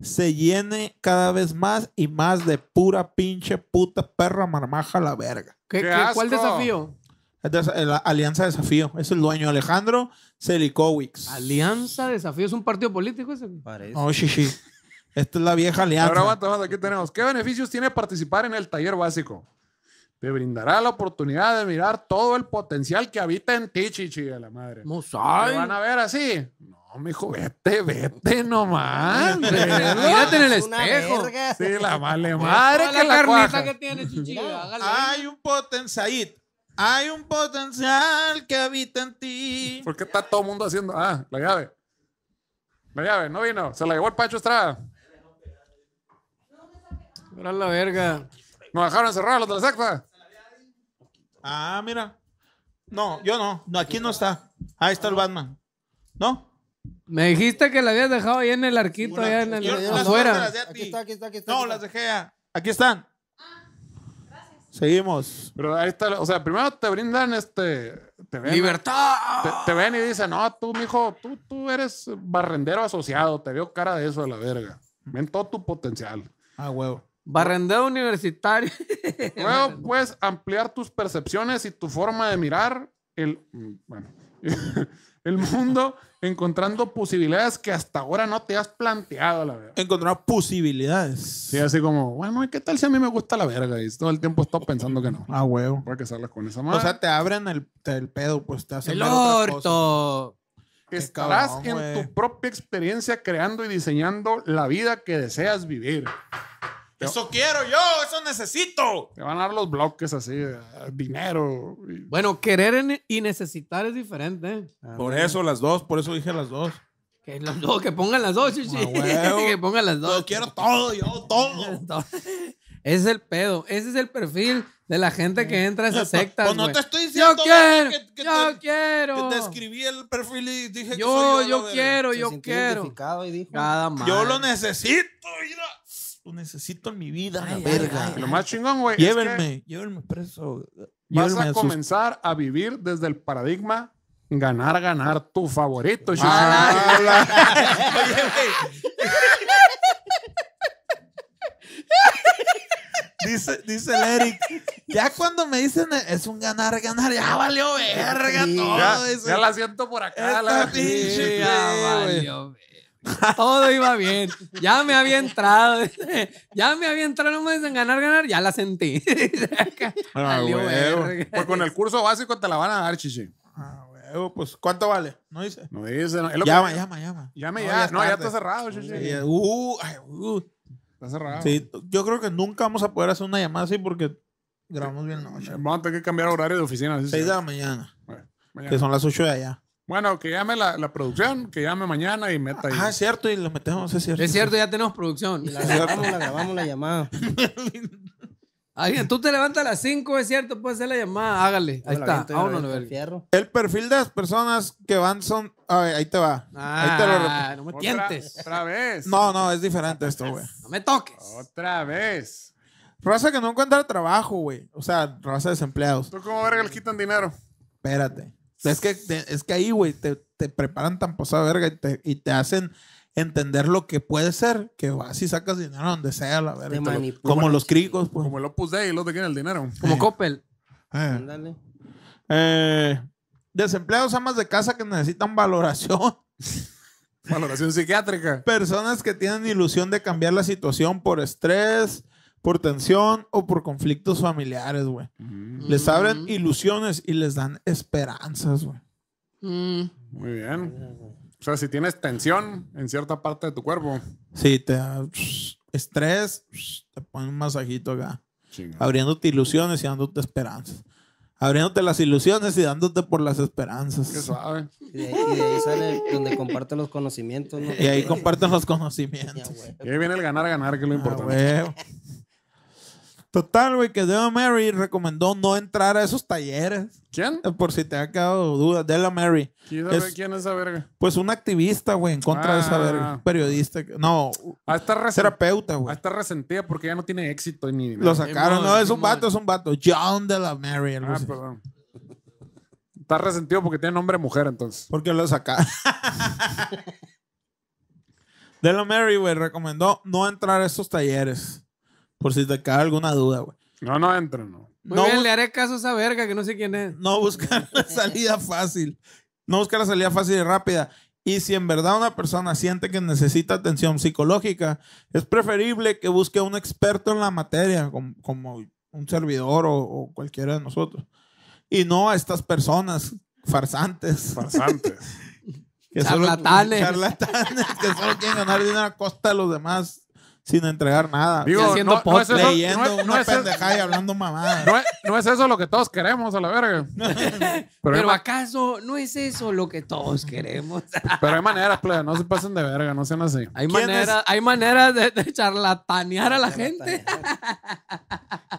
Speaker 2: se llene cada vez más y más de pura pinche puta perra marmaja a la verga.
Speaker 4: ¿Qué-
Speaker 1: ¡Qué
Speaker 4: qué- ¿Cuál
Speaker 1: asco!
Speaker 4: desafío?
Speaker 2: Es de- la Alianza Desafío, es el dueño Alejandro Selikowicz.
Speaker 4: Alianza Desafío es un partido político ese. güey?
Speaker 6: Parece.
Speaker 3: Ah,
Speaker 2: No, shishi. Oh, Esta es la vieja
Speaker 1: Ahora
Speaker 2: alianza.
Speaker 1: aguanta, aguanta, aquí tenemos. ¿Qué beneficios tiene participar en el taller básico? Te brindará la oportunidad de mirar todo el potencial que habita en ti, chichi, de la madre.
Speaker 4: No sé.
Speaker 1: ¿Te van a ver así? No, mijo, vete, vete nomás.
Speaker 4: Mírate en el
Speaker 6: Es una
Speaker 4: espejo.
Speaker 6: verga.
Speaker 1: Sí, la vale madre
Speaker 4: Toda
Speaker 1: que la,
Speaker 4: carnita
Speaker 1: cuaja.
Speaker 4: que tiene, chichi. hágale.
Speaker 2: Hay un potencial. Hay un potencial que habita en ti.
Speaker 1: ¿Por qué está todo el mundo haciendo? Ah, la llave. La llave, no vino. Se la llevó el Pancho Estrada.
Speaker 4: Ahora la verga.
Speaker 1: Nos dejaron encerrados los de la secta.
Speaker 2: Ah, mira. No, yo no. No, aquí no está. Ahí está el Batman. ¿No?
Speaker 4: Me dijiste que la habías dejado ahí en el arquito, allá en el,
Speaker 2: Yo- yo las otras
Speaker 4: afuera.
Speaker 2: las dejé a ti.
Speaker 6: Aquí está, aquí está, aquí está.
Speaker 2: No,
Speaker 6: aquí
Speaker 2: las
Speaker 6: está.
Speaker 2: dejé. a- Aquí están. Seguimos.
Speaker 1: Pero ahí está, o sea, primero te brindan este. Te ven,
Speaker 4: ¡Libertad!
Speaker 1: te, te ven y dicen, no, tú, mijo, tú, tú eres barrendero asociado. Te veo cara de eso de la verga. Ven todo tu potencial.
Speaker 2: Ah, huevo.
Speaker 4: Barrendeo universitario.
Speaker 1: Luego puedes ampliar tus percepciones y tu forma de mirar el, mm, bueno, el mundo encontrando posibilidades que hasta ahora no te has planteado, la verdad.
Speaker 2: Encontrar posibilidades.
Speaker 1: Sí, así como, bueno, ¿y ¿qué tal si a mí me gusta la verga? Y todo el tiempo he estado pensando que no.
Speaker 2: Ah, huevo.
Speaker 1: Voy a casarla con esa madre.
Speaker 2: O sea, te abren el, el pedo, pues te hacen
Speaker 4: el
Speaker 2: ver otras cosas.
Speaker 4: orto.
Speaker 1: que
Speaker 2: qué
Speaker 1: estarás
Speaker 2: cabrón,
Speaker 1: en
Speaker 2: güey.
Speaker 1: tu propia experiencia creando y diseñando la vida que deseas vivir.
Speaker 2: Eso quiero yo, eso necesito.
Speaker 1: Te van a dar los bloques así, eh, dinero. y-
Speaker 4: Bueno, querer en- y necesitar es diferente. ¿eh?
Speaker 2: Por eso las dos, por eso dije las dos.
Speaker 4: Que los dos, que pongan las dos, chichi.
Speaker 2: Ah, huevo.
Speaker 4: que pongan las dos.
Speaker 2: Yo quiero todo, yo todo.
Speaker 4: Ese es el pedo. Ese es el perfil de la gente que entra a esa secta.
Speaker 2: Eh, Pues no te estoy
Speaker 4: Yo
Speaker 2: diciendo
Speaker 4: quiero.
Speaker 2: que, que
Speaker 4: yo
Speaker 2: te,
Speaker 4: quiero.
Speaker 2: que te escribí el perfil y dije que
Speaker 4: yo,
Speaker 2: soy
Speaker 4: yo,
Speaker 2: la verga.
Speaker 4: quiero,
Speaker 6: Se
Speaker 4: yo
Speaker 6: sintió
Speaker 4: quiero.
Speaker 6: identificado y dijo,
Speaker 4: Cada madre.
Speaker 2: Yo lo necesito, mira. Lo necesito en mi vida, la verga.
Speaker 1: y lo más chingón, güey. es que-
Speaker 2: llévenme, llévenme preso.
Speaker 1: Vas
Speaker 2: Llévenme
Speaker 1: a
Speaker 2: sus-
Speaker 1: comenzar a vivir desde el paradigma ganar, ganar tu favorito. Shishi.
Speaker 2: Ah, la- Oye, güey. Dice, dice el Eric, Ya cuando me dicen eh, es un ganar, ganar, ya valió verga
Speaker 6: Sí,
Speaker 2: todo
Speaker 1: Ya,
Speaker 2: eso.
Speaker 1: ya la siento por acá.
Speaker 2: Esta
Speaker 1: La...
Speaker 2: pinche-
Speaker 4: Sí,
Speaker 2: Sí,
Speaker 4: ya
Speaker 2: güey.
Speaker 4: valió, verga. Todo iba bien. Ya me había entrado. Ya me había entrado, no me dicen ganar, ganar. Ya la sentí.
Speaker 2: Ah,
Speaker 4: Valió verga.
Speaker 1: Ah, Pues con el curso básico te la van a dar, chichi.
Speaker 2: Ah, huevo, pues, ¿cuánto vale? No dice.
Speaker 1: No dice, no, es lo que-
Speaker 2: Llama, llama, llama.
Speaker 1: Llame
Speaker 2: No,
Speaker 1: ya.
Speaker 2: es
Speaker 1: no, ya
Speaker 2: tarde.
Speaker 1: está cerrado, chichi.
Speaker 2: Sí, ya- uh, ay, uh.
Speaker 1: Está
Speaker 4: Ah.
Speaker 1: cerrado.
Speaker 2: Sí, yo creo que nunca vamos a poder hacer una llamada así porque grabamos bien noche.
Speaker 1: Eh, Vamos a tener que cambiar horario de oficina. sí,
Speaker 2: 6 de
Speaker 1: sí.
Speaker 2: la mañana,
Speaker 1: Mañana.
Speaker 2: que son las 8 de allá.
Speaker 1: Bueno, que llame la, la producción, que llame mañana y meta ahí.
Speaker 2: Ah, es cierto, y lo metemos, es cierto.
Speaker 4: Es cierto, ya tenemos producción.
Speaker 6: Y la grabamos, la grabamos la llamada.
Speaker 4: Alguien, tú te levantas a las 5, es cierto, puedes hacer la llamada. Hágale. Ahí
Speaker 6: Yo la
Speaker 4: está.
Speaker 6: aviento y la
Speaker 4: Vámonos, la
Speaker 6: aviento al
Speaker 4: verga.
Speaker 6: fierro.
Speaker 2: El perfil de las personas que van son. A ver, ahí te va. ahí te lo
Speaker 4: Ah,
Speaker 2: repito.
Speaker 4: no me
Speaker 1: Otra-
Speaker 4: tientes.
Speaker 1: Otra vez.
Speaker 2: No, no, es diferente esto, güey.
Speaker 4: No me toques.
Speaker 1: Otra vez.
Speaker 2: Raza que no encuentra trabajo, güey. O sea, raza de desempleados.
Speaker 1: ¿Tú cómo verga le quitan dinero?
Speaker 2: Espérate. Es que, te- es que ahí, güey, te, te preparan tan posada verga y te, y te hacen entender lo que puede ser, que vas y sacas dinero donde sea, la verga.
Speaker 6: Te
Speaker 2: Y te lo-
Speaker 6: manipulan.
Speaker 2: como los cricos, pues.
Speaker 1: Como el Opus Dei, los de quién el dinero.
Speaker 4: Como Coppel.
Speaker 2: Eh.
Speaker 6: Ándale.
Speaker 2: Eh, desempleados, amas de casa que necesitan valoración.
Speaker 1: Valoración psiquiátrica.
Speaker 2: Personas que tienen ilusión de cambiar la situación por estrés, por tensión o por conflictos familiares, güey. Les abren
Speaker 4: Mm.
Speaker 2: ilusiones y les dan esperanzas, güey.
Speaker 4: Mm.
Speaker 1: Muy bien. O sea, si tienes tensión en cierta parte de tu cuerpo.
Speaker 2: Sí, te da estrés, te ponen un masajito acá,
Speaker 3: ah,
Speaker 1: chinga.
Speaker 2: abriéndote ilusiones y dándote esperanzas. Abriéndote las ilusiones y dándote por las
Speaker 1: Qué
Speaker 2: esperanzas.
Speaker 1: suave.
Speaker 6: Y de, y de ahí sale donde comparte los conocimientos, ¿no?
Speaker 2: Y ahí comparten los
Speaker 6: Ya,
Speaker 2: conocimientos.
Speaker 6: güey.
Speaker 1: Y ahí viene el ganar, ganar, que es lo
Speaker 2: Ah,
Speaker 1: importante.
Speaker 2: huevo. Total, güey, que Della Mary recomendó no entrar a esos talleres,
Speaker 1: ¿Quién?
Speaker 2: eh, por si te ha quedado duda. Della Mary,
Speaker 1: ¿Quién
Speaker 2: Es-
Speaker 1: es, ¿Quién es esa verga?
Speaker 2: pues una activista, güey, en contra de esa
Speaker 1: Ah.
Speaker 2: verga. Periodista, que- no,
Speaker 1: Ah, está, resen-
Speaker 2: terapeuta,
Speaker 1: ah,
Speaker 2: güey.
Speaker 1: está resentida porque ya no tiene éxito ni dinero.
Speaker 2: Lo sacaron,
Speaker 4: Simón,
Speaker 2: no, es un
Speaker 4: Simón.
Speaker 2: vato, es un vato. John Della Mary, algo
Speaker 1: Ah,
Speaker 2: así.
Speaker 1: perdón. Está resentido porque tiene nombre de mujer, entonces.
Speaker 2: Porque lo sacaron. Della Mary, güey, recomendó no entrar a esos talleres. Por si te queda alguna duda, güey.
Speaker 1: No, no entra, no.
Speaker 4: Muy
Speaker 2: No,
Speaker 4: bien,
Speaker 2: bus-
Speaker 4: le haré caso a esa verga que no sé quién es.
Speaker 2: no buscar la salida fácil. No buscar la salida fácil y rápida. Y si en verdad una persona siente que necesita atención psicológica, es preferible que busque a un experto en la materia, com- como, un servidor o, o cualquiera de nosotros. Y no a estas personas farsantes.
Speaker 1: Farsantes.
Speaker 2: que solo-
Speaker 4: Charlatanes.
Speaker 2: charlatanes que solo quieren ganar dinero a costa de los demás sin entregar nada.
Speaker 1: Digo,
Speaker 4: Y haciendo
Speaker 1: no, no es
Speaker 4: podcast,
Speaker 1: eso,
Speaker 2: leyendo
Speaker 1: no es- no
Speaker 2: una
Speaker 1: es eso-
Speaker 2: pendejada y hablando mamada.
Speaker 1: no es- no es eso lo que todos queremos, a la verga. Pero,
Speaker 4: Pero,
Speaker 1: hay, ma-
Speaker 4: acaso no es eso lo que todos queremos.
Speaker 1: pero hay maneras, plebe, no se pasen de verga, no sean así.
Speaker 4: Hay
Speaker 2: ¿Quién
Speaker 4: maneras, hay maneras de, de charlatanear a la gente.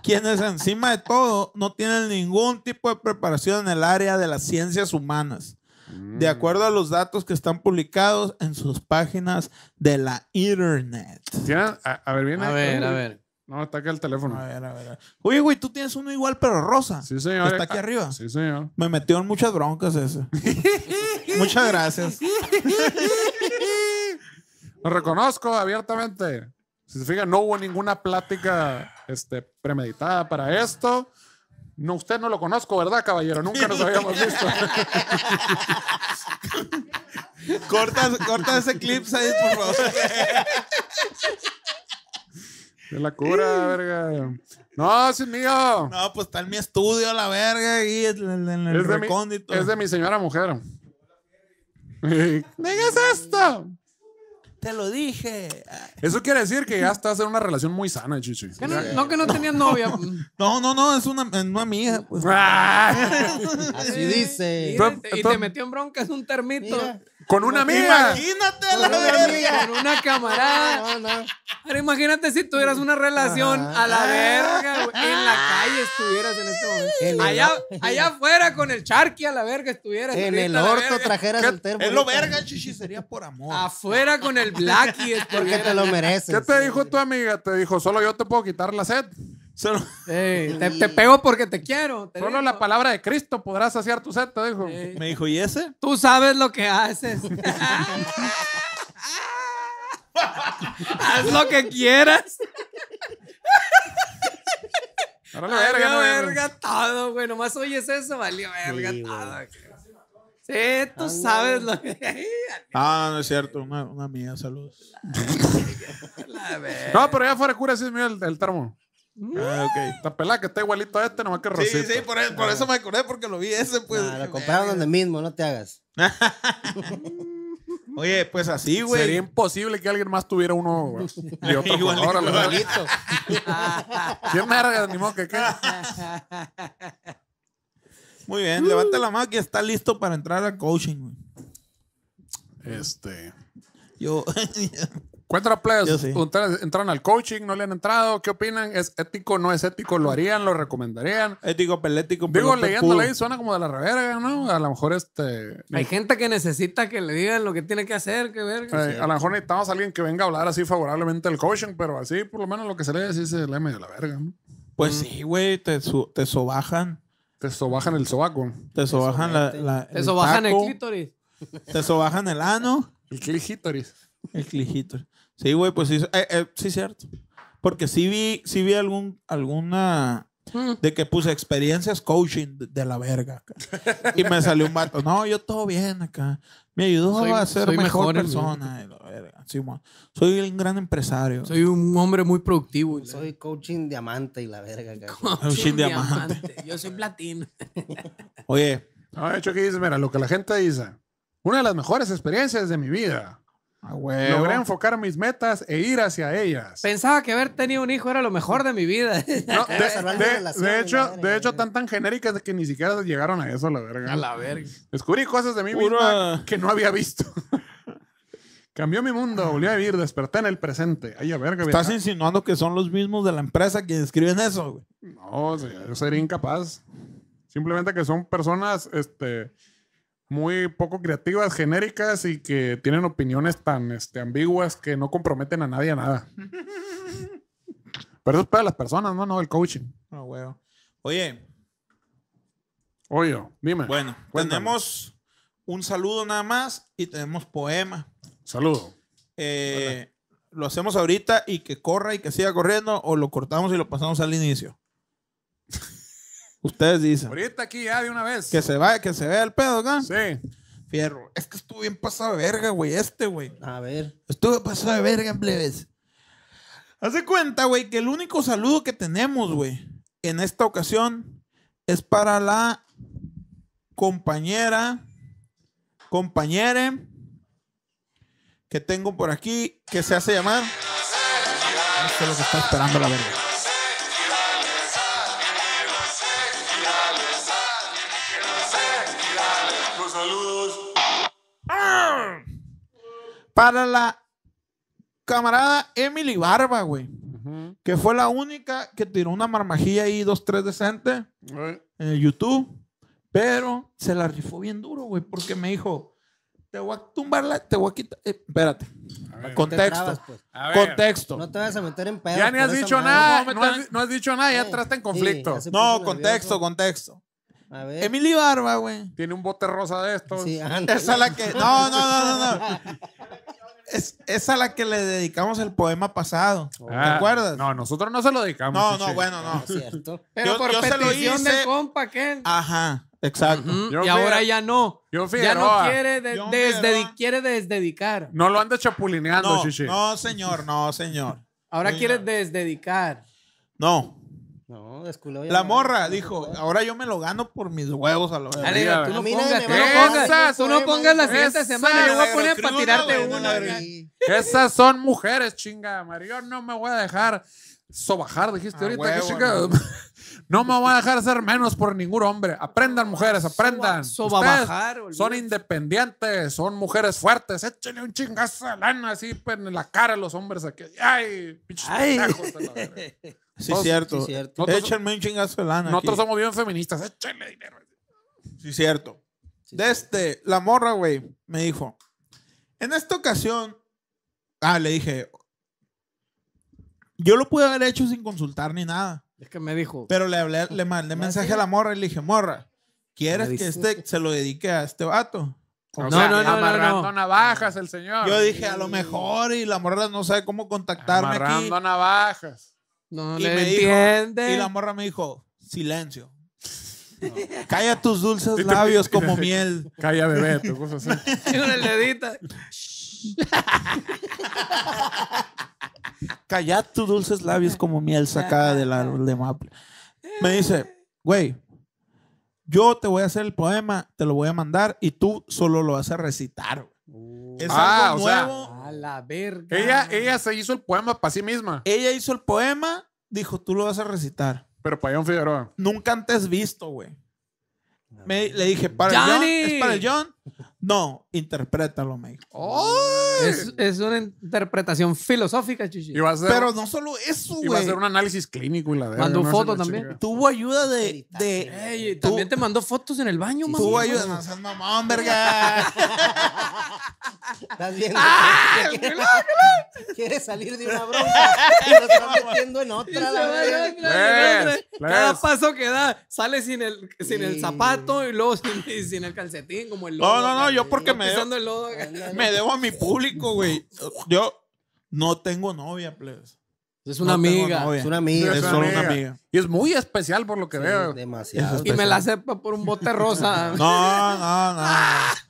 Speaker 2: quienes encima de todo no tienen ningún tipo de preparación en el área de las ciencias humanas,
Speaker 4: Mm.
Speaker 2: de acuerdo a los datos que están publicados en sus páginas de la internet.
Speaker 1: Tienen- a, a ver, viene.
Speaker 4: A ver, a ver.
Speaker 1: No, está acá el
Speaker 2: A
Speaker 1: teléfono.
Speaker 2: ver, a ver. a ver. Oye, güey, tú tienes uno igual, pero rosa.
Speaker 1: Sí, señor.
Speaker 2: Está aquí
Speaker 1: Ah,
Speaker 2: arriba.
Speaker 1: Sí, señor.
Speaker 2: Me metió en muchas broncas ese. Muchas gracias.
Speaker 1: Lo reconozco abiertamente. Si se fijan, no hubo ninguna plática este, premeditada para esto. No, usted no lo conozco, ¿verdad, caballero? Nunca nos habíamos visto.
Speaker 2: Corta, corta ese clip, Said, por favor.
Speaker 1: De la cura, verga. No, es mío.
Speaker 2: No, pues está en mi estudio, la verga, y en el, en el
Speaker 1: es, de mi,
Speaker 2: recóndito.
Speaker 1: es de mi señora mujer. Digas esto.
Speaker 2: Te lo dije.
Speaker 1: Eso quiere decir que ya estás en una relación muy sana, Chichi.
Speaker 4: Que no, no que no tenías novia.
Speaker 2: No, no, no, es una, es una amiga. pues.
Speaker 1: Ah,
Speaker 6: Así dice.
Speaker 4: Mira, y te metió en bronca, es un termito.
Speaker 6: Mira.
Speaker 1: Con una amiga.
Speaker 2: Imagínate
Speaker 4: Con
Speaker 2: la
Speaker 4: una
Speaker 2: verga.
Speaker 4: amiga, con una camarada.
Speaker 6: No, no.
Speaker 4: Ahora imagínate si tuvieras una relación a la verga, güey. En la
Speaker 1: Ah.
Speaker 4: calle estuvieras en este
Speaker 6: En
Speaker 4: momento.
Speaker 6: el-
Speaker 4: Allá, allá afuera con el charqui a la verga estuvieras.
Speaker 6: En
Speaker 4: ahorita
Speaker 6: el
Speaker 4: a la
Speaker 6: orto
Speaker 4: verga.
Speaker 6: trajeras el termo.
Speaker 2: Es lo
Speaker 6: ahorita,
Speaker 2: verga, chichi, sería por amor.
Speaker 4: Afuera con el blackie
Speaker 6: Porque te lo
Speaker 4: estuvieras.
Speaker 6: mereces.
Speaker 1: ¿Qué te dijo tu amiga? Te dijo, solo yo te puedo quitar la sed.
Speaker 2: Solo-
Speaker 4: Ey, te, te pego porque te quiero. te
Speaker 1: Solo
Speaker 4: digo.
Speaker 1: la palabra de Cristo podrá saciar tu sed, te dijo.
Speaker 4: Ey.
Speaker 2: Me dijo, ¿y ese?
Speaker 4: Tú sabes lo que haces. Haz lo que quieras.
Speaker 1: Ahora la verga,
Speaker 4: Valió
Speaker 1: no,
Speaker 4: verga todo, güey. Nomás oyes eso, valió verga
Speaker 6: Sí, güey.
Speaker 4: todo. güey. Sí, tú sabes lo que...
Speaker 2: Ah, no es cierto. Una, una mía, saludos.
Speaker 4: La verga.
Speaker 1: No, pero ya fuera de cura, sí es mío el, el termo.
Speaker 2: Ah, ok.
Speaker 1: Está pelada que está igualito a este, nomás que
Speaker 2: Sí,
Speaker 1: rosita.
Speaker 2: sí, pues, por, eso- por eso me acordé, porque lo vi ese, pues.
Speaker 6: Ah,
Speaker 2: dije,
Speaker 6: lo compraron donde
Speaker 2: "Verga".
Speaker 6: mismo, no te hagas.
Speaker 2: Oye, pues así, güey.
Speaker 1: Sería imposible que alguien más tuviera uno güey, y otro con
Speaker 2: Igualito,
Speaker 1: ahora la verga.
Speaker 2: igualito.
Speaker 1: ¿Quién verga? Ni modo que qué.
Speaker 2: Muy bien, levanta la mano que está listo para entrar al coaching, güey.
Speaker 1: Este.
Speaker 2: Yo,
Speaker 1: Cuéntanos,
Speaker 2: Yo
Speaker 1: players.
Speaker 2: sí.
Speaker 1: ¿Ustedes entran al coaching? ¿No le han entrado? ¿Qué opinan? ¿Es ético? ¿No es ético? ¿Lo harían? ¿Lo recomendarían?
Speaker 2: ético, pelético,
Speaker 1: Digo,
Speaker 2: pelón,
Speaker 1: leyéndole
Speaker 2: pepudo.
Speaker 1: ahí suena como de la reverga, ¿no? A lo mejor este.
Speaker 4: Hay gente que necesita que le digan lo que tiene que hacer, que verga.
Speaker 1: eh, a lo mejor necesitamos a alguien que venga a hablar así favorablemente del coaching, pero así por lo menos lo que se lee, sí se lee medio la verga, ¿no?
Speaker 2: Pues sí, güey, te, su- te sobajan.
Speaker 1: Te sobajan el sobaco.
Speaker 2: Te sobajan la, la- el
Speaker 4: Eso bajan el
Speaker 2: taco,
Speaker 4: clítoris.
Speaker 2: Te sobajan el ano,
Speaker 1: El cligitoris.
Speaker 2: el clijito. Sí, güey, pues sí, eh, eh, sí, cierto. Porque sí vi, sí vi algún, alguna
Speaker 4: Mm.
Speaker 2: de que puse experiencias coaching de, de la verga. acá. Y me salió un vato. No, yo todo bien acá. Me ayudó
Speaker 4: Soy-
Speaker 2: a ser
Speaker 4: soy
Speaker 2: mejor,
Speaker 4: mejor en
Speaker 2: persona. y la verga. Sí, mo- soy un gran empresario.
Speaker 4: Soy un hombre muy productivo.
Speaker 6: Soy coaching diamante y la verga. cabrón.
Speaker 4: Soy
Speaker 2: un chin diamante.
Speaker 4: Yo soy platino.
Speaker 2: Oye,
Speaker 1: No, de hecho, aquí dice, mira, lo que la gente dice. Una de las mejores experiencias de mi vida.
Speaker 2: a huevo.
Speaker 1: Logré enfocar mis metas e ir hacia ellas.
Speaker 4: Pensaba que haber tenido un hijo era lo mejor de mi vida.
Speaker 1: No, de,
Speaker 6: Vamos a hablar de
Speaker 1: de-
Speaker 6: relaciones,
Speaker 1: de
Speaker 6: la
Speaker 1: hecho,
Speaker 6: verga,
Speaker 1: de hecho,
Speaker 6: la
Speaker 1: tan tan genéricas que ni siquiera llegaron a eso, la verga.
Speaker 4: verga.
Speaker 1: Descubrí cosas de mí
Speaker 2: Pura-
Speaker 1: misma que no había visto. Cambió mi mundo, volví a vivir, desperté en el presente. Ay, a verga,
Speaker 2: Estás
Speaker 1: vieja.
Speaker 2: insinuando que son los mismos de la empresa que escriben eso, güey.
Speaker 1: No, sí, yo sería incapaz. Simplemente que son personas este, muy poco creativas, genéricas y que tienen opiniones tan este, ambiguas que no comprometen a nadie a nada. Pero eso es para las personas, no, no, el coaching.
Speaker 2: Ah, huevo. Oye,
Speaker 1: Oye, dime.
Speaker 2: bueno,
Speaker 1: Cuéntame.
Speaker 2: tenemos un saludo nada más y tenemos poema.
Speaker 1: Saludo.
Speaker 2: Eh, lo hacemos ahorita y que corra y que siga corriendo o lo cortamos y lo pasamos al inicio. Ustedes dicen.
Speaker 1: Ahorita aquí ya de una vez.
Speaker 2: Que se vaya, que se vea el pedo acá.
Speaker 1: Sí.
Speaker 2: Fierro. Es que estuvo bien pasado de verga, güey, este, güey.
Speaker 6: A ver.
Speaker 2: Estuve pasado de verga, plebes. Hace cuenta, güey, que el único saludo que tenemos, güey, en esta ocasión es para la compañera, compañere, que tengo por aquí, que se hace llamar. Esto es lo que está esperando la verga. ¡Ah! Para la camarada Emily Barba, güey. Que fue la única que tiró una marmajilla ahí, dos, tres decentes en el YouTube, pero se la rifó bien duro, güey, porque me dijo, te voy a tumbar la, te voy a quitar, eh, espérate,
Speaker 6: Te
Speaker 2: contexto,
Speaker 6: trabas, pues.
Speaker 2: contexto.
Speaker 6: No te vas a meter en pedo.
Speaker 1: Ya ni has dicho nada, no has, no has dicho nada, ya
Speaker 6: Sí,
Speaker 1: entraste en
Speaker 6: Eh, sí,
Speaker 1: conflicto.
Speaker 6: ya se-
Speaker 2: No,
Speaker 6: puso
Speaker 2: contexto,
Speaker 6: nervioso. Eh.
Speaker 2: contexto.
Speaker 6: A ver.
Speaker 2: Emily Barba, güey.
Speaker 1: Tiene un bote rosa de estos.
Speaker 6: Sí, ándale.
Speaker 2: Em, Esa la que, no, no, no, no, no. Es, esa la que le dedicamos el poema pasado. ¿Te
Speaker 1: Ah,
Speaker 2: acuerdas?
Speaker 1: No, nosotros no se lo dedicamos.
Speaker 2: no,
Speaker 1: chichi.
Speaker 2: no, bueno, no.
Speaker 6: Es cierto.
Speaker 4: Pero
Speaker 2: Yo-
Speaker 4: por
Speaker 2: yo se lo
Speaker 4: petición
Speaker 2: hice-
Speaker 4: del compa, ¿qué?
Speaker 2: Ajá, exacto.
Speaker 4: Mm,
Speaker 1: Yo
Speaker 4: y
Speaker 1: fui-
Speaker 4: ahora ya no.
Speaker 1: yo
Speaker 4: ya no
Speaker 1: Figueroa.
Speaker 4: quiere, de-
Speaker 2: Yo
Speaker 4: desdedi-
Speaker 2: Figueroa.
Speaker 4: quiere desdedicar.
Speaker 1: No lo andes chapulineando,
Speaker 2: No,
Speaker 1: chichi.
Speaker 2: no, señor, no, señor.
Speaker 4: Ahora
Speaker 2: Sí,
Speaker 4: quiere
Speaker 2: no.
Speaker 4: desdedicar.
Speaker 2: No,
Speaker 6: No, desculó ya
Speaker 2: La
Speaker 6: no.
Speaker 2: morra dijo, ahora yo me lo gano por mis huevos a la verga".
Speaker 4: Dale,
Speaker 1: ya,
Speaker 4: tú no
Speaker 6: a mí nadie
Speaker 4: pongas,
Speaker 6: me
Speaker 4: tú
Speaker 6: va a
Speaker 4: no
Speaker 6: poner
Speaker 4: pongas, tú
Speaker 6: ningún
Speaker 4: no
Speaker 6: poema,
Speaker 4: pongas la
Speaker 6: esa-
Speaker 4: siguiente semana. Yo voy a poner para
Speaker 2: Cruz,
Speaker 4: tirarte
Speaker 2: güey, no,
Speaker 4: una.
Speaker 2: verga.
Speaker 4: güey.
Speaker 1: Esas son mujeres, chinga. Mario, no me voy a dejar sobajar, dijiste
Speaker 2: Ah,
Speaker 1: ahorita.
Speaker 2: huevo,
Speaker 1: que chinga. No me voy a dejar ser menos por ningún hombre. Aprendan, mujeres, aprendan.
Speaker 4: soba
Speaker 1: Ustedes
Speaker 4: bajar, olvídate.
Speaker 1: son independientes, son mujeres fuertes. Échenle un chingazo de lana así pues, en la cara a los hombres aquí. ¡Ay! pinches
Speaker 4: Ay.
Speaker 1: pendejos a la verga.
Speaker 2: Sí,
Speaker 1: Todos-
Speaker 2: cierto.
Speaker 6: sí, cierto.
Speaker 1: Nosotros-
Speaker 2: Échenme un chingazo de lana.
Speaker 1: Nosotros
Speaker 2: aquí.
Speaker 1: somos bien feministas. Échenle dinero.
Speaker 2: Sí, cierto.
Speaker 6: Sí,
Speaker 2: De este, la morra, güey, me dijo, en esta ocasión, ah, le dije, yo lo pude haber hecho sin consultar ni nada,
Speaker 4: Es que me dijo.
Speaker 2: pero le hablé, le
Speaker 6: ¿Ah,
Speaker 2: mandé mensaje a la morra y le dije, morra, ¿quieres que este se lo dedique a este vato?
Speaker 1: No,
Speaker 4: sea, no, no, no,
Speaker 1: Amarrando
Speaker 4: no.
Speaker 1: navajas el
Speaker 2: Ah,
Speaker 1: señor.
Speaker 2: Yo dije, a lo mejor, y la morra no sabe cómo contactarme
Speaker 1: Amarrando
Speaker 2: aquí.
Speaker 1: navajas.
Speaker 4: No
Speaker 2: Y
Speaker 4: le
Speaker 2: me dijo-
Speaker 4: entiende.
Speaker 2: Y la morra me dijo, silencio. Calla tus dulces labios como miel.
Speaker 1: Calla, bebé, tu cosa así.
Speaker 4: Con el dedito.
Speaker 2: Calla tus dulces labios como miel sacada del árbol de maple. Me dice, güey, yo te voy a hacer el poema, te lo voy a mandar y tú solo lo vas a recitar. güey". Es
Speaker 1: Ah,
Speaker 2: algo
Speaker 1: o sea,
Speaker 2: nuevo.
Speaker 4: A la verga.
Speaker 1: Ella, ella se hizo el poema para sí misma,
Speaker 2: Ella hizo el poema, dijo, tú lo vas a recitar.
Speaker 1: pero para John Figueroa.
Speaker 2: Nunca antes visto, güey. Me- le dije, ¿para el John?
Speaker 4: ¡Johnny!
Speaker 2: ¿Es para el John? No, interprétalo, me dijo.
Speaker 1: ¡Ay!
Speaker 4: Es, es una interpretación filosófica, Chichi.
Speaker 1: Iba a hacer,
Speaker 2: Pero no solo eso,
Speaker 1: iba a
Speaker 2: güey.
Speaker 1: hacer un análisis clínico y la verga,
Speaker 4: Mandó
Speaker 1: no sé
Speaker 4: foto
Speaker 1: la
Speaker 4: también.
Speaker 1: chingada.
Speaker 2: Tuvo ayuda de. de
Speaker 4: Ey,
Speaker 2: tú-
Speaker 4: también te mandó fotos en el baño, mami.
Speaker 2: Tuvo ayuda. No seas mamón, verga.
Speaker 6: Estás viendo.
Speaker 4: ¡Ah!
Speaker 6: que- que- Quiere salir de una bronca y lo estás metiendo en
Speaker 4: Y se
Speaker 6: otra,
Speaker 4: va,
Speaker 6: la
Speaker 4: ya,
Speaker 6: verdad.
Speaker 4: claro,
Speaker 1: Les,
Speaker 4: claro. Cada
Speaker 1: les.
Speaker 4: paso que da sale sin el, sin el
Speaker 6: Sí.
Speaker 4: zapato y luego sin, y sin el calcetín, como el lodo.
Speaker 2: No, no, no,
Speaker 4: acá,
Speaker 2: yo porque me debo,
Speaker 4: pisando el lodo. acá.
Speaker 2: me debo a mi público, güey. Yo no tengo novia, plebes.
Speaker 4: Es una
Speaker 2: No tengo
Speaker 4: amiga.
Speaker 2: novia.
Speaker 6: Es una amiga.
Speaker 2: Es
Speaker 1: una
Speaker 2: solo una
Speaker 1: amiga.
Speaker 2: amiga.
Speaker 1: Y es muy especial por lo que veo.
Speaker 6: Sí, Demasiado.
Speaker 2: Eso
Speaker 4: Y me la sepa por un bote rosa.
Speaker 2: No, no,
Speaker 3: ah,
Speaker 2: no.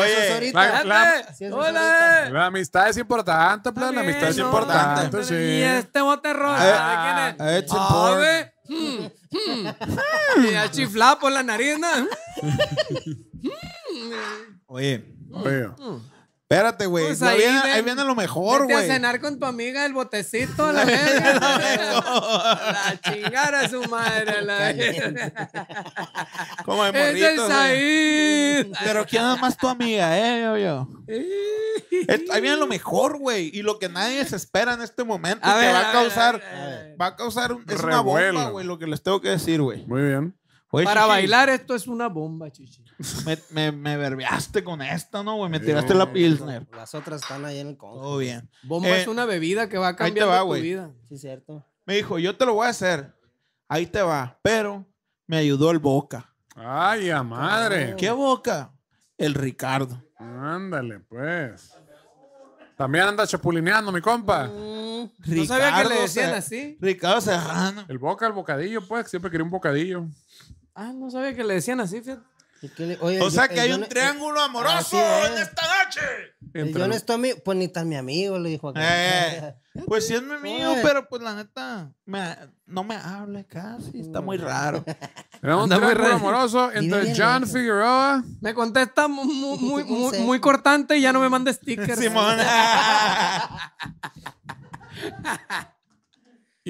Speaker 2: Oye,
Speaker 1: La, la-
Speaker 4: Espérate.
Speaker 6: Sí, eso es
Speaker 4: ¡Hola!
Speaker 1: la amistad es importante, plan. La
Speaker 4: Está
Speaker 1: amistad
Speaker 4: bien,
Speaker 1: es
Speaker 2: no,
Speaker 1: importante,
Speaker 2: pero
Speaker 1: sí.
Speaker 4: Y este bote
Speaker 2: Ah,
Speaker 4: rosa, ¿de quién es?
Speaker 2: it's important.
Speaker 4: ver.
Speaker 2: Ah.
Speaker 4: Mm, mm. Y a chiflar por la nariz, ¿no?
Speaker 2: oye.
Speaker 1: Oye,
Speaker 2: Espérate, güey.
Speaker 4: Pues
Speaker 2: ahí,
Speaker 4: ahí
Speaker 2: viene,
Speaker 4: ven-
Speaker 2: ahí viene lo mejor,
Speaker 4: Vete a
Speaker 2: güey.
Speaker 4: cenar con tu amiga el botecito a la verga. la chingada a su madre. La verga.
Speaker 2: Como de
Speaker 4: es el
Speaker 2: morritos, güey.
Speaker 4: Said.
Speaker 2: Pero quién es más tu amiga, eh, yo, yo. Esto- Ahí viene lo mejor, güey. Y lo que nadie se espera en este momento.
Speaker 4: A
Speaker 2: que
Speaker 4: ver,
Speaker 2: va
Speaker 4: a
Speaker 2: a
Speaker 4: ver,
Speaker 2: causar.
Speaker 4: a ver.
Speaker 2: Va a causar. un- es una
Speaker 1: Revuelo.
Speaker 2: bomba, güey, lo que les tengo que decir, güey.
Speaker 1: Muy bien.
Speaker 2: Oye,
Speaker 4: Para
Speaker 2: Chichi,
Speaker 4: bailar esto es una bomba, chichi.
Speaker 2: Me, me, me verbeaste con esta, ¿no, güey? Me tiraste la Pilsner.
Speaker 6: Las otras están ahí en el conjunto.
Speaker 2: Todo bien.
Speaker 4: Bomba
Speaker 2: Eh,
Speaker 4: es una bebida que va a
Speaker 2: te
Speaker 4: cambiar
Speaker 2: va,
Speaker 4: tu
Speaker 2: güey.
Speaker 4: vida.
Speaker 6: Sí, cierto.
Speaker 2: Me dijo, yo te lo voy a hacer. Ahí te va. Pero me ayudó el Boca.
Speaker 1: Ay, a madre.
Speaker 4: Oh.
Speaker 2: ¿Qué Boca? El Ricardo.
Speaker 1: Ándale, pues. También anda chapulineando, mi compa.
Speaker 4: No sabía que le
Speaker 2: Ricardo
Speaker 4: decían
Speaker 2: Se-
Speaker 4: así.
Speaker 2: Ricardo Serrano.
Speaker 1: El boca, el bocadillo, pues. que Siempre quería un bocadillo.
Speaker 4: Ah, no sabía que le decían así, fíjate.
Speaker 6: ¿Y qué le- oye,
Speaker 2: O
Speaker 6: el
Speaker 2: sea
Speaker 6: John-
Speaker 2: que
Speaker 6: el
Speaker 2: hay
Speaker 6: John-
Speaker 2: un triángulo amoroso
Speaker 6: Así es.
Speaker 2: en esta noche.
Speaker 6: El
Speaker 1: Entre
Speaker 6: John
Speaker 1: los-
Speaker 6: Eh, es tu amigo. Pues ni tan mi amigo, le dijo
Speaker 2: Eh,
Speaker 6: acá.
Speaker 2: pues sí es mi mío,
Speaker 6: Oye.
Speaker 2: pero pues la neta, me- no me habla casi, está
Speaker 6: Mm.
Speaker 2: muy raro.
Speaker 1: Era un
Speaker 4: Anda muy
Speaker 1: triángulo
Speaker 4: raro.
Speaker 1: amoroso entre
Speaker 6: bien
Speaker 1: John
Speaker 6: lento.
Speaker 1: Figueroa.
Speaker 4: Me contesta mu- mu-
Speaker 6: Un
Speaker 4: muy, muy,
Speaker 6: seco.
Speaker 4: muy cortante y ya no me manda stickers.
Speaker 2: Simona.
Speaker 1: Y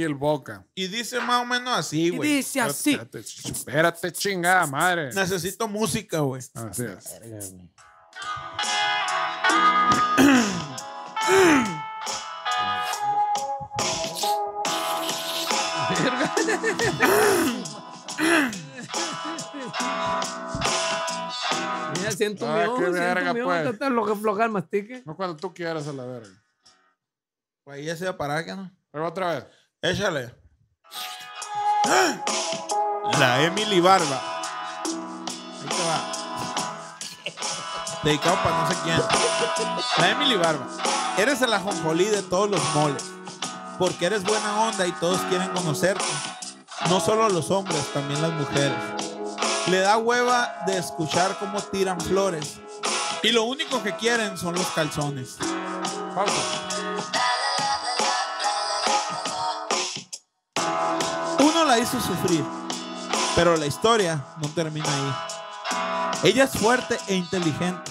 Speaker 1: el Boca.
Speaker 2: Y dice más o menos así,
Speaker 4: Y
Speaker 2: güey.
Speaker 4: dice así.
Speaker 1: Espérate, ch- espérate, chingada madre.
Speaker 2: Necesito música, güey.
Speaker 1: Así es.
Speaker 4: Mira, siento
Speaker 1: Ah,
Speaker 4: mi
Speaker 1: qué
Speaker 4: ojo,
Speaker 1: verga,
Speaker 4: siento mi
Speaker 1: pues.
Speaker 4: ojo. Te lo que flojar, mastique.
Speaker 1: No cuando tú quieras a la verga.
Speaker 2: Pues ya se va a parar, ¿qué ¿no?
Speaker 1: Pero otra vez.
Speaker 2: Échale. ¡Ah! La Emily Barba. Ahí te va. Dedicado para no sé quién. La Emily Barba. Eres el ajonjolí de todos los moles. Porque eres buena onda y todos quieren conocerte. No solo los hombres, también las mujeres. Le da hueva de escuchar cómo tiran flores. Y lo único que quieren son los calzones.
Speaker 1: Pausa.
Speaker 2: Uno la hizo sufrir, pero la historia no termina ahí. Ella es fuerte e inteligente.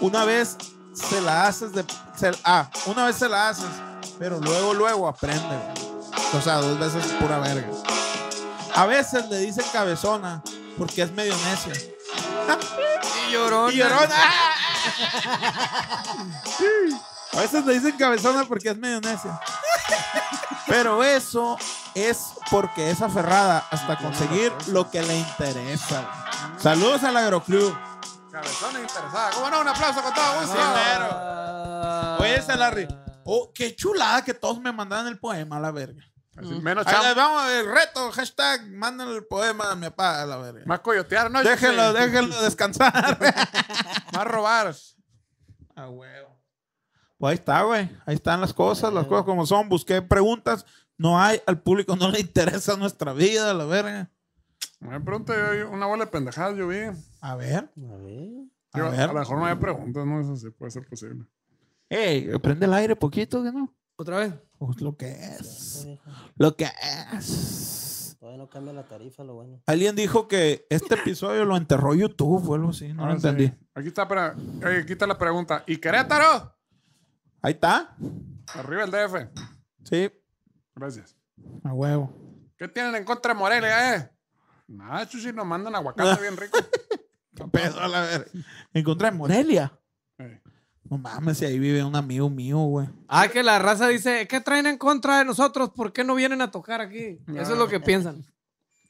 Speaker 2: Una vez se la haces de se- ah, una vez se la haces, pero luego luego aprende. güey. O sea, dos veces pura verga. A veces le dicen cabezona porque es medio necia.
Speaker 4: Y llorona.
Speaker 2: Y llorona. A veces le dicen cabezona porque es medio necia. Pero eso es porque es aferrada hasta conseguir lo que le interesa. güey. Saludos al Agroclub.
Speaker 1: Cabezona interesada. ¿Cómo no? Un aplauso con todo gusto.
Speaker 2: Primero.
Speaker 4: Ah.
Speaker 2: Oye, ese Larry. Oh, qué chulada que todos me mandaron el poema a la verga.
Speaker 1: Así, menos
Speaker 2: Ahí les
Speaker 1: chamba.
Speaker 2: vamos a ver, reto, hashtag, manden el poema a mi papá a la verga.
Speaker 1: Más coyotear, ¿no?
Speaker 2: Déjenlo,
Speaker 1: Chichi?
Speaker 2: déjenlo descansar.
Speaker 1: Más robar.
Speaker 2: A huevo. Pues ahí está, güey. Ahí están las cosas, las cosas como son. Busqué preguntas. No hay, al público no le interesa nuestra vida, la verga.
Speaker 1: Me pronto yo- una bola de pendejadas yo vi.
Speaker 2: A ver.
Speaker 6: A ver.
Speaker 2: A
Speaker 1: Yo-
Speaker 2: ver.
Speaker 1: a lo mejor no hay preguntas, no eso sí puede ser posible.
Speaker 2: Ey, prende el aire poquito, que no.
Speaker 4: Otra vez.
Speaker 2: Pues lo que es. Lo que es.
Speaker 6: Todavía no cambia la tarifa, lo bueno.
Speaker 2: Alguien dijo que este episodio lo enterró YouTube o algo así. No
Speaker 1: Ah,
Speaker 2: lo
Speaker 1: sí.
Speaker 2: entendí.
Speaker 1: Aquí está, para, oye, aquí está la pregunta. ¿Y Querétaro?
Speaker 2: Ahí está.
Speaker 1: Arriba el DF.
Speaker 2: Sí.
Speaker 1: Gracias.
Speaker 2: A huevo.
Speaker 1: ¿Qué tienen en contra de Morelia, eh? Nada, chuchi, nos mandan aguacate bien rico.
Speaker 2: Pedo, a la verga. Encontré en Morelia.
Speaker 1: Eh.
Speaker 2: No mames, si ahí vive un amigo mío, güey.
Speaker 4: Ah, que la raza dice, ¿qué traen en contra de nosotros? ¿Por qué no vienen a tocar aquí? Eso es lo que piensan.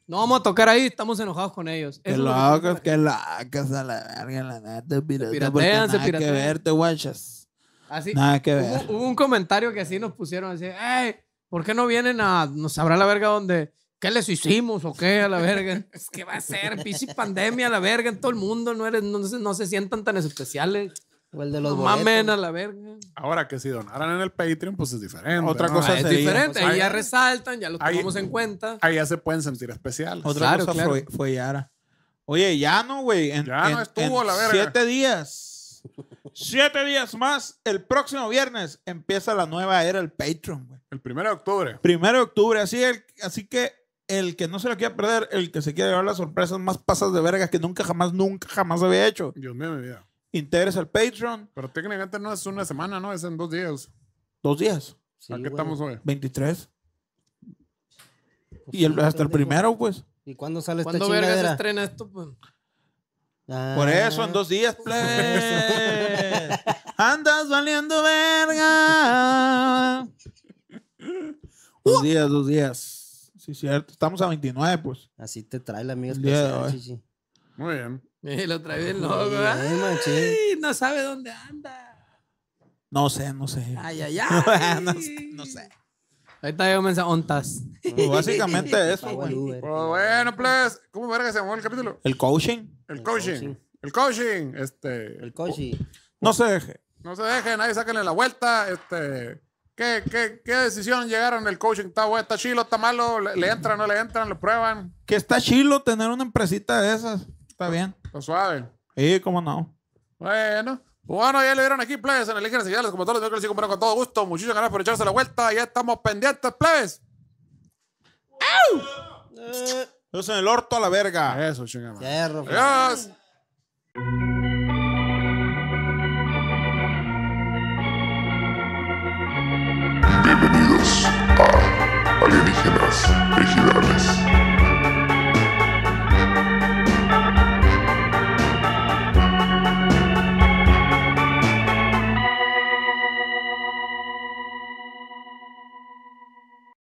Speaker 4: No vamos a tocar ahí, estamos enojados con ellos. Eso
Speaker 2: Qué
Speaker 4: es lo que
Speaker 2: locos, qué locos, a la verga, la neta, pirata,
Speaker 4: piratean,
Speaker 2: porque
Speaker 4: se
Speaker 2: nada que
Speaker 4: piratean.
Speaker 2: ver, te guachas.
Speaker 4: Así,
Speaker 2: Nada que ver.
Speaker 4: hubo, hubo un comentario que así nos pusieron, así, "Ey, ¿por qué no vienen a, nos sabrá la verga dónde? ¿Qué les hicimos o qué a la verga? Es que va a ser, pinche pandemia a la verga en todo el mundo, no, eres, no, se, no se sientan tan especiales.
Speaker 6: O el de los
Speaker 4: No
Speaker 6: boletos.
Speaker 4: mamen a la verga.
Speaker 1: Ahora que si donaran en el Patreon, pues es diferente.
Speaker 2: Otra
Speaker 1: ¿no?
Speaker 2: cosa
Speaker 1: Ahí-
Speaker 4: Ah, es
Speaker 2: sería,
Speaker 4: diferente,
Speaker 1: pues,
Speaker 4: ahí
Speaker 1: ahí-
Speaker 4: ya resaltan, ya los
Speaker 1: ahí-
Speaker 4: tomamos en cuenta.
Speaker 1: Ahí ya se pueden sentir especiales.
Speaker 2: Otra
Speaker 4: Claro,
Speaker 2: cosa
Speaker 4: claro.
Speaker 2: fue, fue Yara. Oye, ya no, güey. en-
Speaker 1: Ya no
Speaker 2: en-
Speaker 1: estuvo,
Speaker 2: en
Speaker 1: la verga.
Speaker 2: Siete días. siete días más. El próximo viernes empieza la nueva era, el Patreon, güey.
Speaker 1: El primero de octubre.
Speaker 2: Primero de octubre. Así, el- así que el que no se lo quiera perder, el que se quiera llevar las sorpresas más pasas de verga que nunca, jamás, nunca, jamás había hecho,
Speaker 1: Dios mío, mi vida.
Speaker 2: integres al Patreon.
Speaker 1: Pero técnicamente no es una semana, ¿no? Es en dos días.
Speaker 2: Dos días.
Speaker 6: Sí,
Speaker 1: ¿A qué
Speaker 6: güey.
Speaker 1: estamos hoy?
Speaker 2: 23.
Speaker 6: Pues
Speaker 2: Y el,
Speaker 6: sí,
Speaker 2: hasta el
Speaker 6: pendejo.
Speaker 2: primero, pues.
Speaker 6: ¿Y cuándo sale esta
Speaker 4: ¿Cuándo verga se
Speaker 6: chingadera?
Speaker 4: estrena esto? pues?
Speaker 6: Ah,
Speaker 2: Por eso, en dos días, plebes. Andas valiendo verga. Uh. Dos días, dos días. Sí, cierto. Estamos a 29, pues.
Speaker 6: Así te trae la amiga
Speaker 2: El día de
Speaker 6: especial,
Speaker 2: hoy.
Speaker 6: chichi.
Speaker 1: Muy bien.
Speaker 4: Y lo trae bien loco.
Speaker 6: Bien,
Speaker 4: Ay,
Speaker 6: machín.
Speaker 4: no sabe dónde anda.
Speaker 2: No sé, no sé.
Speaker 4: Ay, ay, ay.
Speaker 2: no, sé, no sé.
Speaker 4: Ahorita yo me ontas.
Speaker 2: Pues básicamente eso,
Speaker 6: Pago el
Speaker 2: güey.
Speaker 6: Uber.
Speaker 1: Pues bueno, pues, ¿cómo verga se llamó el capítulo?
Speaker 2: El coaching.
Speaker 1: El
Speaker 6: El
Speaker 1: coaching.
Speaker 6: coaching.
Speaker 1: El coaching. Este.
Speaker 6: El coche.
Speaker 2: No se deje.
Speaker 1: No se dejen, ahí sáquenle la vuelta. Este, ¿qué, qué, qué decisión llegaron el coaching? ¿Está bueno? ¿Está chilo? ¿Está malo? ¿Le, le entran? ¿No le entran? ¿Lo prueban?
Speaker 2: Que está chilo tener una empresita de esas. Está bien.
Speaker 1: ¿Lo suave?
Speaker 2: Sí, cómo no.
Speaker 1: Bueno. Pues bueno, ya lo vieron aquí, plebes, en el Elige Señales, como todos los miércoles, sí, como no, con todo gusto. Muchísimas gracias por echarse la vuelta. Ya estamos pendientes, plebes.
Speaker 6: Eh,
Speaker 2: Yo en el orto a la verga.
Speaker 1: Eso, chingada.
Speaker 6: Cerro.
Speaker 1: Adiós.
Speaker 6: Thank